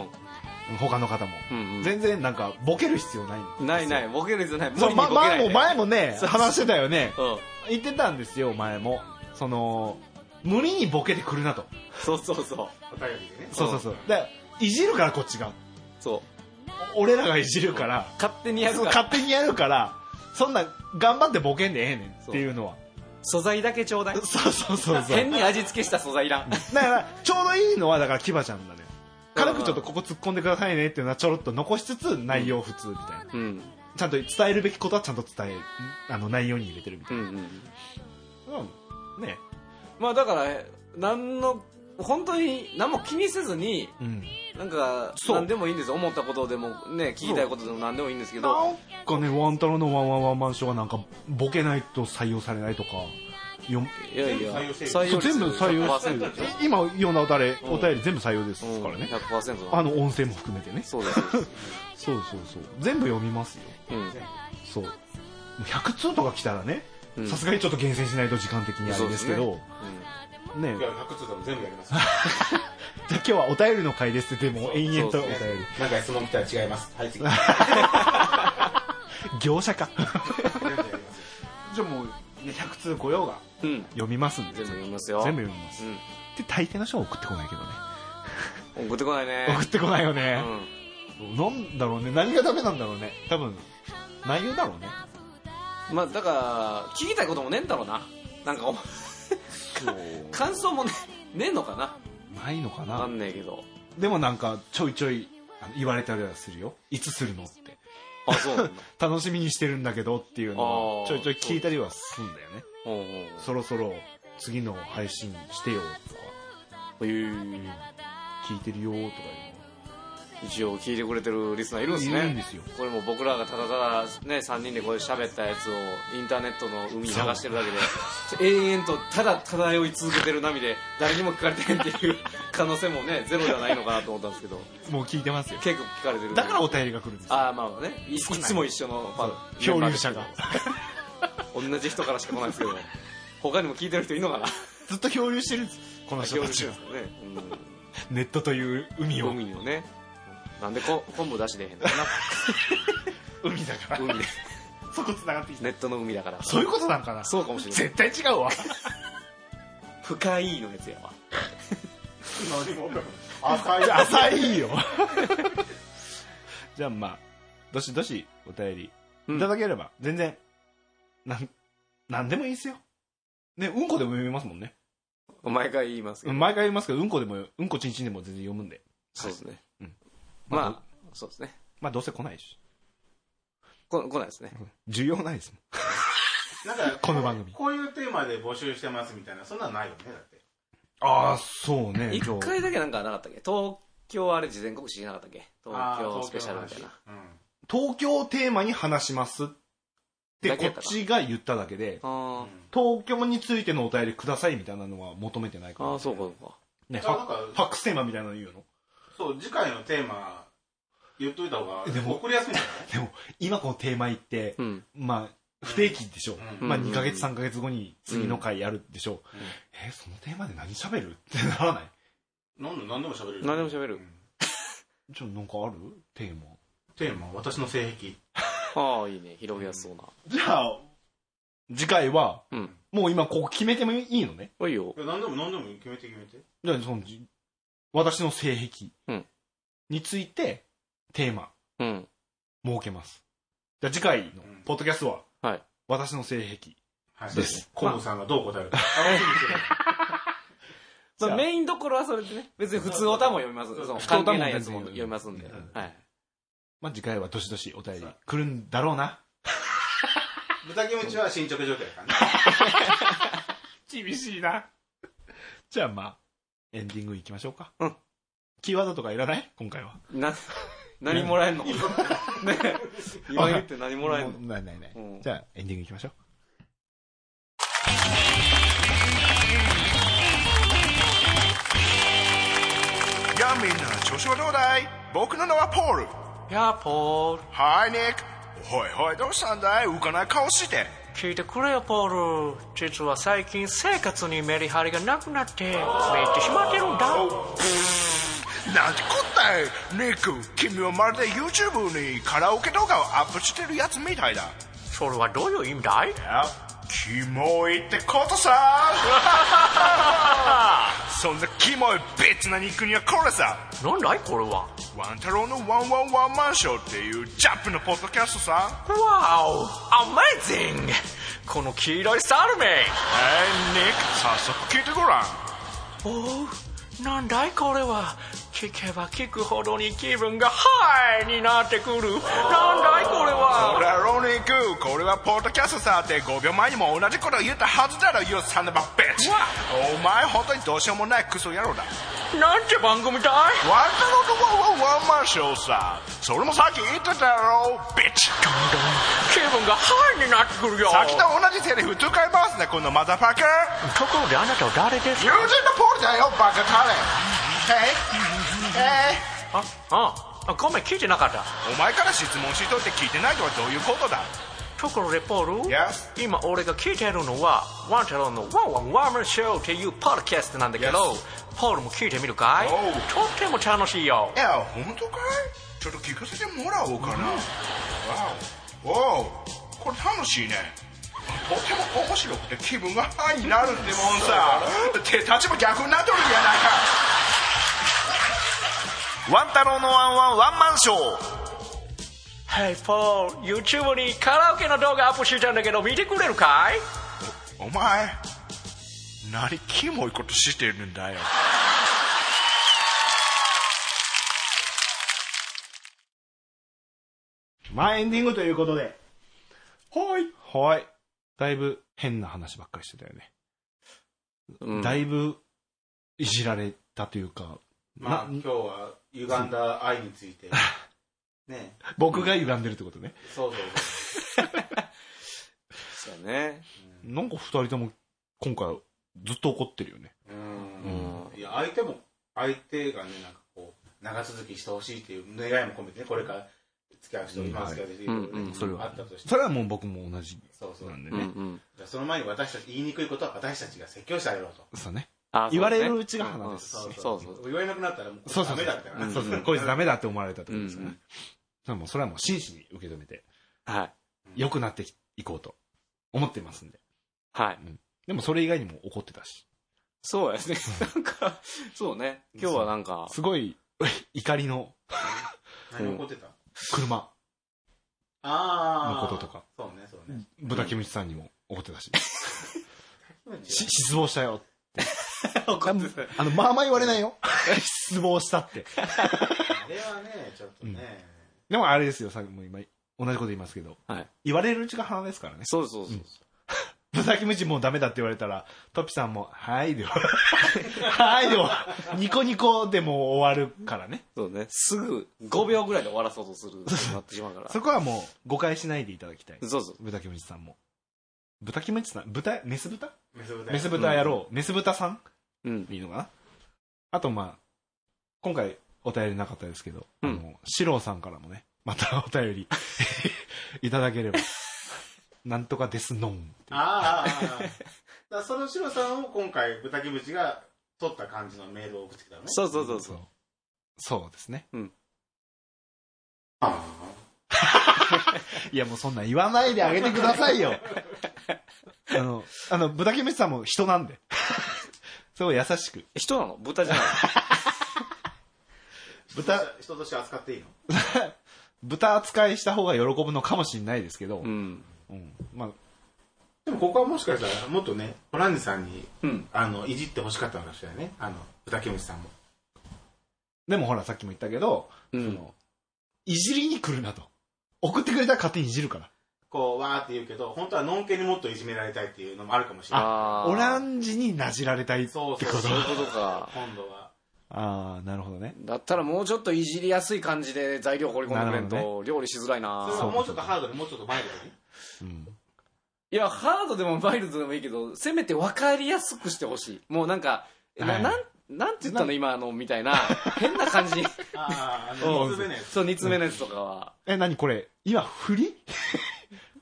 C: ん
E: 他の方も、
C: うんうん
E: 全然なんかボケる必要ない
C: ないないボケるじゃない無理
E: そう、
C: に
E: ま、
C: ボケな
E: 前
C: い
E: も
C: で
E: 前もね
C: そうそう
E: 話してたよね
C: うん
E: 言ってたんですよ前もその無理にボケてくるなと
C: そうそうそう
D: お便りでね。
E: そうそうそうだからいじるからこっちが
C: そう
E: お俺らがいじるから
C: 勝手にやる
E: そう
C: から
E: 勝手にやるからそんな頑張ってボケんでええねんっていうのは
C: 素材だけちょうだい
E: そうそうそうそう
C: 変に味付けした素材いらん
E: だからちょうどいいのはだからキバちゃんだね軽くちょっとここ突っ込んでくださいねっていうのはちょろっと残しつつ内容普通みたいな、
C: うん
E: ちゃんと伝えるべきことはちゃんと伝えるあの内容に入れてるみた
C: う
E: い
C: んうん
E: な、うん、ね
C: まあだから何の本当に何も気にせずに
E: うん
C: なんか
E: そう
C: 何でもいいんです思ったことでもね聞きたいことでも何でもいいんですけど
E: なんかねワンタロのワンワンワンマンショーはなんかボケないと採用されないとかよん
C: いやいや採
E: そう全部採用して
C: 100%
E: る
C: でし
E: 今読んだおたれ
C: ん
E: お便り全部採用です
C: ょ
E: からね、
C: 100%
E: あの音声も含めてね
C: そうですそうです
E: そうそうそう全部読みますよ
C: うん
E: そう100通とか来たらね
C: うん
E: さすがにちょっと厳選しないと時間的にあれですけどね
D: いや、100通でも全部やります。
E: じゃあ今日はお便りの回ですってでも延々とお
C: そう
E: 便
C: で
E: り
C: す
D: なんか質問来たら違います。は い、次。
E: 業者か
D: 全部やります。
E: じゃあもう100通来ようが
C: うんうん
E: 読みますんで
C: 全部読みますよ
E: 全部読みます
C: うん
E: で大抵の人は送ってこないけどね
C: 送ってこないね
E: 送ってこないよ
C: う
E: ね
C: ん
E: なんだろうね何がダメなんだろうね多分内容だろうね
C: まあだから聞きたいこともねえんだろうななんかお感想もねねえのかな
E: ないのか
C: わか
E: なん
C: ねえけど
E: でもなんかちょいちょいあの言われたりはするよいつするのって
C: あそうなんだ
E: 楽しみにしてるんだけどっていうの
C: あ
E: は
C: ー
E: ちょいちょい聞いたりはするんだよね
C: うんうんうん
E: そろそろ次の配信してよとか
C: へえ
E: 聞いてるよとかいうの
C: 一応聞いてくれてるリスナーいるんです
E: いるんで
C: ね
E: すよ
C: これも僕らがただただね3人でこう喋ったやつをインターネットの海に流してるだけ で永遠とただ漂い続けてる波で誰にも聞かれてへんっていう 可能性もねゼロじゃないのかなと思ったんですけど
E: もう聞いてますよ
C: 結構聞かれてる
E: だからお便りが来るんですよ
C: ああまあ ねいいつも一緒のファン
E: 漂流者が
C: 同じ人からしか来ないです けど他にも聞いてる人いるのかな
E: ずっと漂流してるんですこの人
C: 漂
E: た
C: 流し
E: ち
C: てる
E: は
C: んですよね、うん
E: ネットという海を
C: 海にもねなんでこ昆布出しでへんのか
E: 海だから
C: な 海で
E: そこ繋がってきた
C: ネットの海だから
E: そういうことなんかな
C: そうかもしれない
E: 絶対違うわ
C: 深いのやつやわ
D: 浅い。
E: 浅いよじゃあまあどしどしお便りいただければ、全然なんなんでもいいですよねうんこでも読みますもんね
C: 毎回言いますけ
E: う
C: ど、
E: ん毎回言いますけどうんこでもうんこちんちんでも全然読むんで
C: そうですね、
E: うん
C: まあそうですね
E: まあどうせ来ないし
C: こ来ないですね
E: 需要ないですもん
D: なんか、
E: この番組
D: こういうテーマで募集してますみたいな、そんなんないよね、だって。
E: ああそうね
C: 一回だけなんかなかったっけ東京あれ事前告知しなかったっけ東京スペシャルみたいな
D: な。うん。
E: 東京をテーマに話しますって
C: だけ
E: こ
C: やっ
E: った
C: か
E: ちが言っただけで
C: あ
E: 東京についてのお便りくださいみたいなのは求めてない
C: ー
E: から
C: あーそうかそうか
E: ねフ
D: あな
E: ァ
D: んか
E: ファックステーマみたいなの言うの
D: そう、次回のテーマ、言っといた方が、
E: でも
D: 送りやすいんじ
E: でも今このテーマ言って、
C: うん
E: まあ不定期でしょ、
D: うん
E: まあ
C: うん
E: 2ヶ月3ヶ月後に次の回やるでしょ、
D: うん
E: えーそのテーマで何喋る ってならない
D: ゃないなんで、なんでも喋れる。
C: 何でも喋る
D: うん。
E: ちょっとなんかあるテーマ
D: テーマ、私の性癖。
C: ああいいね広げやすそうな
E: じゃあ次回は
C: うん
E: もう今ここ決めてもいいのね
C: おいよ
D: いや何でも何でも決めて決めて。
E: じゃあそのじ私の性
C: う
E: 癖
C: ん
E: についてテーマ
C: うん
E: 設けますじゃあ次回のポッドキャストは、
C: はい
E: 私の性癖
D: はい。
E: です。
D: コムさんがどう答えるか。楽しみにしてる。
C: ま
E: じゃ
C: あ、
E: あ
C: メインどころはそれでね別に普通オタも読みますその
E: 普通オ
C: 関
E: タも全然
C: 係ないやつも読みますんで、
E: うん
C: はい
E: まあ次回はどしどしお便り来るんだろうな
D: 豚キムチは進捗状況だ からね。
E: 厳しいな。じゃあまあ、エンディングいきましょうか。
C: うん。
E: キーワードとかいらない今回は。
C: な何もらえんの ね今言って何もらえんの
E: ないないない
C: うん
E: じゃあ、エンディングいきましょう。
B: やあみんな調子はどうだい僕の名はポール
K: やあポール
B: はいニックほいほいどうしたんだい浮かない顔して
K: 聞いてくれよポール実は最近生活にメリハリがなくなってめいってしまってるんだ
B: なんてこったいニック君はまるで YouTube にカラオケ動画をアップしてるやつみたいだ
K: それはどういう意味だい
B: あキモいってこと さそんなキモい別なニックにはこれさ
K: なんだいこれは
B: ワン太郎のワンワンワンマンショーっていうジャンプのポッドキャストさ
K: わおアメイジングこの黄色いサルメ
B: えー、ニック早速聞いてごらん
K: おおなんだいこれは聞けば聞くほどに気分がハイになってくるなんだいこれは
B: 俺はロニックこれはポッドキャストさって5秒前にも同じことを言ったはずだろ You son of a bitch
K: わ
B: お前本当にどうしようもないクソ野郎だ
K: なんて番組だい
B: ワンタローのワンワンワンマンショーさそれもさっき言ってたろビッチ
K: 気分がハイになってくるよ
B: さっきと同じセリフ2回回すねこのマザファカー
K: ところであなたは誰です
B: 友人のポールだよバカタレンえいえい
K: ああごめん聞いてなかった
B: お前から質問しといて聞いてないとはどういうことだ
K: ところでポール、
B: Yes
K: 今俺が聞いてるのはワンタロウのワンワンワンマンショーっていうポッドキャストなんだけど、ポールも聞いてみるかい、
B: Oh
K: とっても楽しいよ
B: いや本当かいちょっと聞かせてもらおうかな、わおおうこれ楽しいねとても面白くて気分がハイになるってもんさ手立ちも逆になっとるじゃないか
L: ワン太郎のワンワンワンマンショー
K: Hey ポール YouTube にカラオケの動画アップしてたんだけど見てくれるかい
B: お前何キモいことしてるんだよ
M: まあエンディングということで。
E: はい。はい。だいぶ変な話ばっかりしてたよね。
C: うん
E: だいぶいじられたというか、
D: まあ
E: な
D: 今日は歪んだ愛につい てね
E: 僕が歪んでるってことね。
D: そうそう
C: そうやね
E: なんか二人とも今回ずっと怒ってるよね。
D: そううんいや相手も相手がねなんかこう長続きしてほしいっていう願いも込めてねこれから付き合う人
E: うん
D: 今付き合う人い
C: は
D: ろ
C: い
D: いろ
C: うんう
D: ね
C: ん
E: それは
D: あったとして
E: それはもう僕も同じ
D: そうそう
E: なんで
C: うんう
E: ね。
C: ん
D: じゃあその前に私たち言いにくいことは私たちが説教してあげろうと
E: そうね。
C: あ
E: 言われる
C: そう
E: うちが花ですし
C: そう
E: ね。
C: そうそう
D: 言えなくなったらもう
E: そうそうそ
D: ダメ
E: う
D: だったよ
E: そうそうう。
D: ん
E: こいつダメだって思われたってことですよ
C: うんう
E: ね
C: ん。
E: だからもうそれはもう真摯に受け止めて、
C: はい
E: 良くなっていこうと思ってますんで。
C: はい
E: でもそれ以外にも怒ってたし。
C: そう やねなんかそうね今日はなんか
E: すごい怒りの
D: 何怒ってた
E: 車
D: ああ
E: のこととか、
D: そうねそうね
E: ブタケムチさんにも怒ってた し、し
D: 違
E: 失望したよ。
C: 怒ってた
E: あの、まあまあ言われないよ。 失望したって。
D: うあれはねちょっとね
E: でもあれですよ、さっきも今、同じこと言いますけど、
C: はい
E: 言われるうちが花ですからね。
C: そうそうそう
E: ブタケムチもうダメだって言われたら、トピさんも、はいで は、はいでは、ニコニコでもう終わるからね。
C: そうねすぐ5秒ぐらいで終わらそうとすることになってしまうから
E: そこはもう誤解しないでいただきたい。
C: そうそう
E: ブタケムチさんも。ブタケムチさん、豚、メス豚
D: メス豚
E: メス豚野郎、メス豚さん
C: うん
E: いいのかなあとまあ、今回お便りなかったですけど、
C: うん
E: あの、シローさんからもね、またお便り いただけれ ば、なんとかですのん。
D: ああああああだからそのシロさんを今回豚キムチが取った感じのメールを送ってきたのね
C: そうそうそうそう
E: う。そうですね。
D: あ
E: いやもうそんなん言わないであげてください よ。あの、あの、ブタキムチさんも人なんで。 すごい優しく。
C: 人なの豚じゃない
D: ー
E: 豚
D: 人として扱っていいの
E: 豚扱いした方が喜ぶのかもしれないですけど、
C: のうん
E: うんまあ、
D: でもここはもしかしたらもっとねホランジさんに
C: うん
D: あのいじってほしかったかもしれないねあの豚キムチさんも
E: でもほらさっきも言ったけど、
C: う
E: そ
C: ん
E: の、いじりに来るなと。送ってくれたら勝手にいじるから。
D: こうわーって言うけど本当はのんけにもっといじめられたいっていうのもあるかもしれない
C: あー
E: オランジになじられたいってこ
D: そう
E: と
D: そうそ
C: そ
D: う
C: ういうことか
D: 今度は
E: ああなるほどね
C: だったらもうちょっといじりやすい感じで材料放り込んでくれん
E: なる
C: と料理しづらいな
D: それはもうちょっとハードにもうちょっとマイルド
C: い
D: に
C: やハードでもマイルドでもいいけどせめて分かりやすくしてほしいもうなんか、えななんなんて言ったの今のみたいな変な感じ
D: あああの水目ね
C: そう煮詰めのやつとかは、
E: え何これ今振り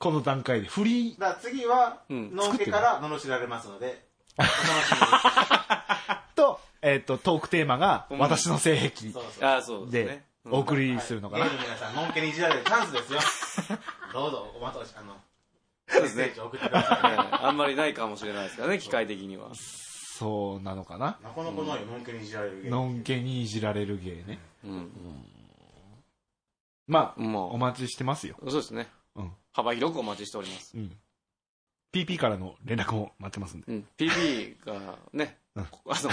E: この段階で振り
D: だから次は
C: うん
D: のんけから罵られます ので
E: と,、えっとトークテーマが
C: うん
E: 私の性癖
D: そうそう
C: ああそうです
E: で
C: ね
E: お送りするのか
D: ゲイ
E: な、
D: の皆さんのんけにいじられるチャンス ですよどうぞお待たせあの
C: そうで
D: メッ
C: す
D: セ
C: ね
D: ージを送ってください
C: ええあんまりないかもしれないですからね機械的には
E: そうなのかな
D: なかなかないよのんけにいじられるゲイ
E: のんけにいじられる芸ね
C: うん
E: まあお
C: も
E: 待ちしてますよ
C: うそうですね、
E: うん
C: 幅広くお待ちしております、
E: PP からの連絡も待ってますんで
C: PB がね、
E: うん
C: こあの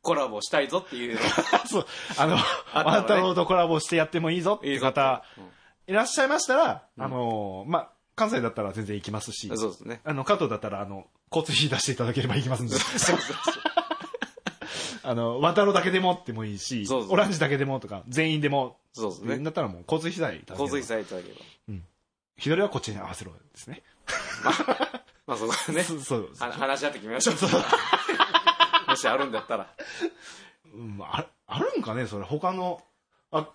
C: コラボしたいぞっていうのが
E: そうあの
C: あった
E: ワン
C: のね
E: タロウとコラボしてやってもいいぞって
C: い
E: い
C: いうぞ
E: 方いらっしゃいましたら、
C: うん
E: あのまあ関西だったら全然行きますし
C: うん そうですね
E: あの関東だったらあの交通費出していただければ行きますんで
C: そうそうそう
E: あの、渡ろうだけでもってもいいし、
C: そうそう
E: オランジだけでもとか、全員でも、
C: そう
E: っ
C: で
E: てい
C: す
E: うん
C: ね
E: だったらもう交通費代いただければ
C: 洪水さえいただければ
E: 左はこっちに合わせろですね。
C: まあそこはね
E: そうそう
C: は話し合って決めましょうもしあるんだったら
E: うんああるんかね、それ、他の、あ、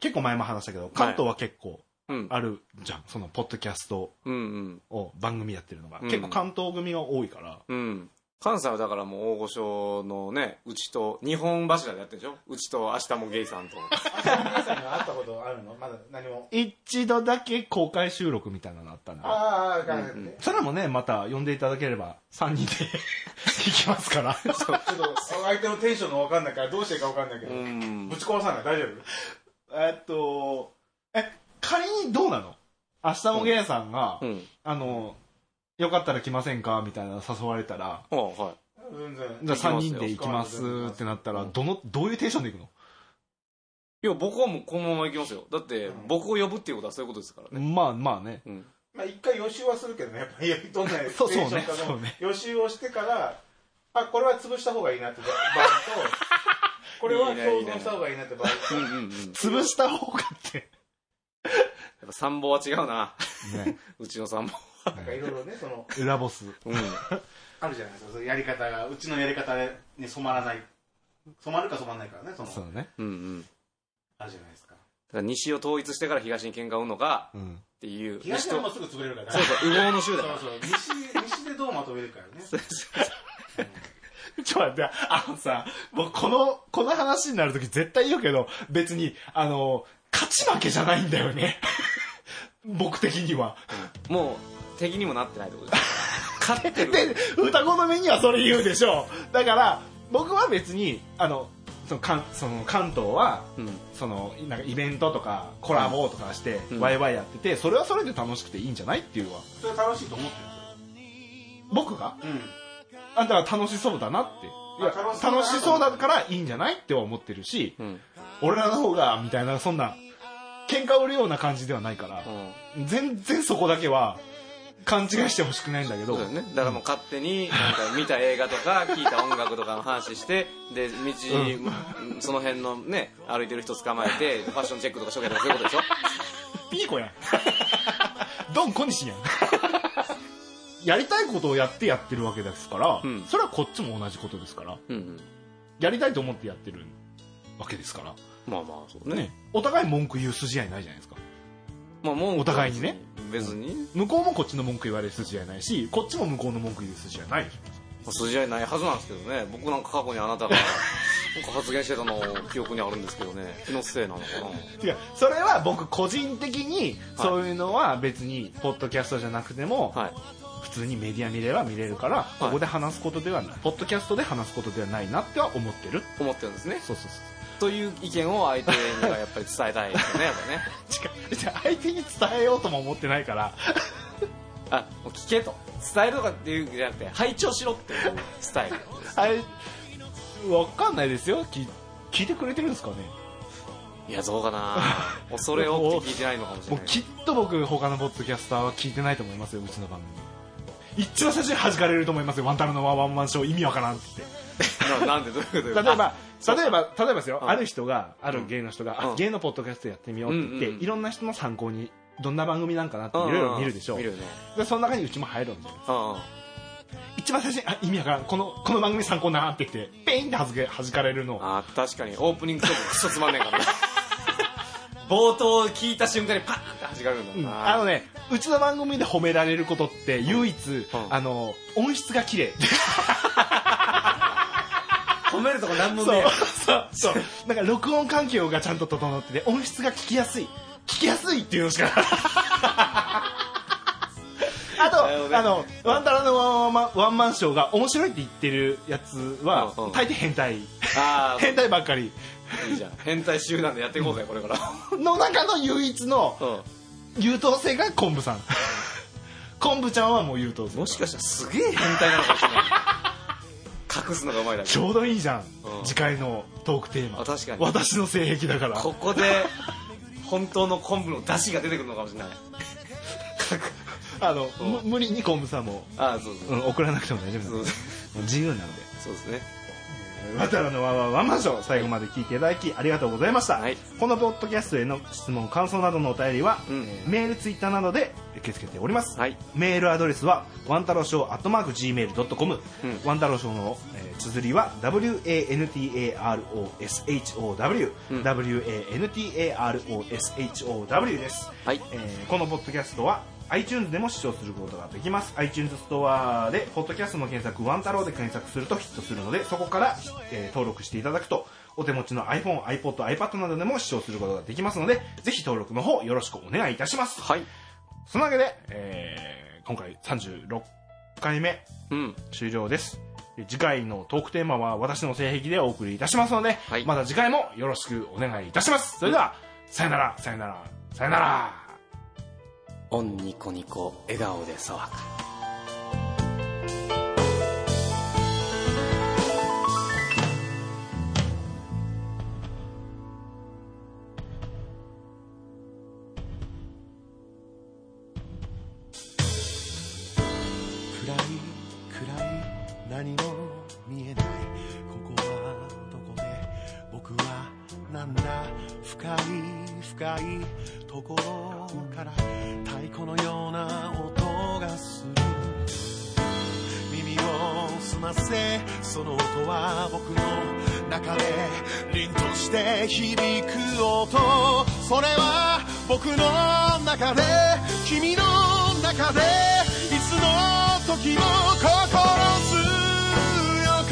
E: 結構前も話したけど、関東は結構
C: うん
E: あるじゃん、その、ポッドキャスト
C: うんうん
E: を番組やってるのが。
C: うん
E: 結構関東組が多いから、
C: うん関西はだからもう大御所のねうちと日本柱でやってるでしょうちと明日もゲイさんと
D: 皆さんには会ったことあるのまだ何も
E: 一度だけ公開収録みたいなのあったんで、
D: ああ分かんなくて
E: それもね、また呼んでいただければ、3人で 行きますから。
D: ちょっと相手のテンションが分かんないからどうしていいか分かんないけど
C: うん
D: ぶち壊さない大丈夫
E: えっと、え、仮にどうなの明日もゲイさんが、
C: うん
E: あの、よかったら来ませんかみたいな誘われたら、
C: あはい
D: 全然
E: じゃあ3
C: 行きますよ
E: 人で行きますってなったら、
C: うん
E: どの、どういうテンションで行く
C: いや僕はもうこのまま行きますよだって僕を呼ぶっていうことはそういうことですから
E: の
C: ね
E: まあまあね。
C: うん
D: まあ一回予習はするけどねやっぱりどんなテンシ
E: そうそうね
D: ョンか
E: そ
D: の
E: うね
D: 予習をしてからあこれは潰した方がいいなって場合 とこれは共存した方がいいなって場合
C: うんうんうんやっ
E: 潰した方がって。
C: ぱ参謀は違うな
E: ね。
C: うちの参謀
D: なんかいろいろねその
E: 裏ボス。
C: うん
D: あるじゃないですかそういうやり方がうちのやり方に染まらない染まるか染まらないからねその
E: そうね。
C: うんうんだ
D: あるじゃないですか
C: から西を統一してから東に喧嘩を売るのか
E: うん。
C: っていう
D: 東はもう
C: と
D: すぐ潰れるからね
C: そうそう右往の衆
D: そ
C: だ
D: う
C: から
D: そう西西でどうまとめるかよね
E: ちょ、待って、あのさ、もうこの、この話になるとき絶対言うけど、別に、あの、勝ち負けじゃないんだよね。 僕的には。
C: もう敵にもなってないってことです 勝ってる
E: で双子の目にはそれ言うでしょうだから僕は別にあのその関その関東は
C: うん
E: そのなんかイベントとかコラボとかして
C: うん
E: ワイワイやっててそれはそれで楽しくていいんじゃないっていうのは
D: それ楽しいと思って
E: 僕が
D: るんですよ
E: あんたは楽しそうだなっていや
D: あ楽しそうだな
E: 楽しそうだからいいんじゃないっては思ってるし
C: うん
E: 俺らの方がみたいなそんな喧嘩売るような感じではないから
C: うん
E: 全然そこだけは勘違いしてほしくないんだけど
C: そうだよねだからもう勝手になんか見た映画とか聴いた音楽とかの話してで道、その辺のね歩いてる人捕まえてファッションチェックとかしとけとかそういうことでしょ
E: ピーコやん。ドン小西やん。やりたいことをやってやってるわけですから、
C: うん
E: それはこっちも同じことですから、
C: うんうん
E: やりたいと思ってやってるわけですから、
C: まあまあそうね
E: ね、お互い文句言う筋合いないじゃないですか。
C: まあもう
E: お互いにね
C: 別に、ま
E: 向こうもこっちの文句言われる筋合いないし、こっちも向こうの文句言う筋合いないでし
C: あ筋合いないはずなんですけどね僕なんか過去にあ なたがなんか発言してたの記憶にあるんですけどね気のせいなのか
E: ょ。違う、それは僕個人的に、そういうのは別に、ポッドキャストじゃなくても、
C: なはい
E: 普通にメディア見れば見れるから、ここで話すことではない、ポッドキャストで話すことではないなっては思ってる。
C: 思ってるんですね
E: そうそうそう。
C: という意見を相手にはやっぱり伝えたい ですよねやっぱね
E: 違う別に相手に伝えようとも思ってないから
C: あもう聞けと伝えるとかっていうんじゃなくて拝聴しろっていうスタイル
E: あれわかんないですよ聞聞いてくれてるんですかね
C: いやどうか な恐れ多くて聞いてないのかもしれ
E: もう
C: ない
E: きっと僕他のポッドキャスターは聞いてないと思いますようちの番組一番最初に弾かれると思いますよ「ワンタルのワンワンマンショー意味わからん」って
C: ななんでどういうことよ
E: 例えば例えば例えばですよ、
C: うん
E: ある人がある芸の人が、
C: う
E: あ
C: ん
E: 芸のポッドキャストやってみようって言って、
C: うんうんうん
E: いろんな人の参考にどんな番組なんかなって
C: うん
E: いろいろ見るでしょう、
C: 見るよね
E: でその中にうちも入るんで
C: うんうん
E: 一番最初にあ意味わからんこのこの番組参考になって言ってペインってはじけ弾かれるのを
C: あー確かにオープニングトーククソつまんねえから ね冒頭聞いた瞬間にパーンって弾かれるんだ
E: うん
C: な
E: あのねうちの番組で褒められることって唯一、
C: ん
E: あの音質が綺麗
C: 褒めるとこ何も
E: そ
C: ね
E: うそうそうなんか録音環境がちゃんと整ってて音質が聞きやすい聞きやすいっていうのし かあ
C: なるほど
E: と、
C: ね
E: あのワンタラのワンワンワンワンマンショーが面白いって言ってるやつは、
C: うんうん
E: 大抵変態
C: あ
E: 変態ばっかり
C: あいいじゃん変態集団でやっていこうぜこれから
E: の中の唯一の
C: う
E: 優等生が昆布さん 昆布ちゃんはもう優等
C: ん
E: 生
C: もしかしたらすげえ変態なのかもしれない 隠すのがうまいだけ
E: ちょうどいいじゃん、
C: うん
E: 次回のトークテーマ
C: あ確かに
E: 私の性癖だから
C: ここで本当の昆布の出汁が出てくるのかもしれない
E: あのむ無理に昆布さんも、、
C: ああそうそううん
E: 送らなくても大丈夫な
C: そ
E: の
C: う
E: で自由なので
C: そうですね
E: 渡良のワンワンワンマンション最後まで聞いていただきありがとうございました、
C: はい
E: このポッドキャストへの質問感想などのお便りは、
C: うん
E: えーメールツイッターなどで受け付けております、
C: はい
E: メールアドレスはワンタローショーアットマーク Gmail.com、
C: うん
E: ワンタローショーの、えー綴りは WANTAROSHOW、
C: うん
E: WANTAROSHOW です、
C: はい
E: えーこのポッドキャストは iTunes でも視聴することができます iTunes ストアでポッドキャストの検索「ワンタロウ」で検索するとヒットするのでそこから、えー登録していただくとお手持ちの iPhone、iPod、iPad などでも視聴することができますのでぜひ登録の方よろしくお願いいたします
C: はい
E: そのわけで、えー今回36回目
C: うん
E: 終了ですで次回のトークテーマは私の性癖でお送りいたしますので、
C: はい
E: また次回もよろしくお願いいたしますそれでは、さよならさよならさよなら
C: オンニコニコ笑顔で騒ぐ
N: 暗い暗い何も見えないここはどこで僕はなんだ深い深いところから太鼓のような音がする耳を澄ませその音は僕の中で凛として響く音それは僕の中で君の中でいつの時も心強く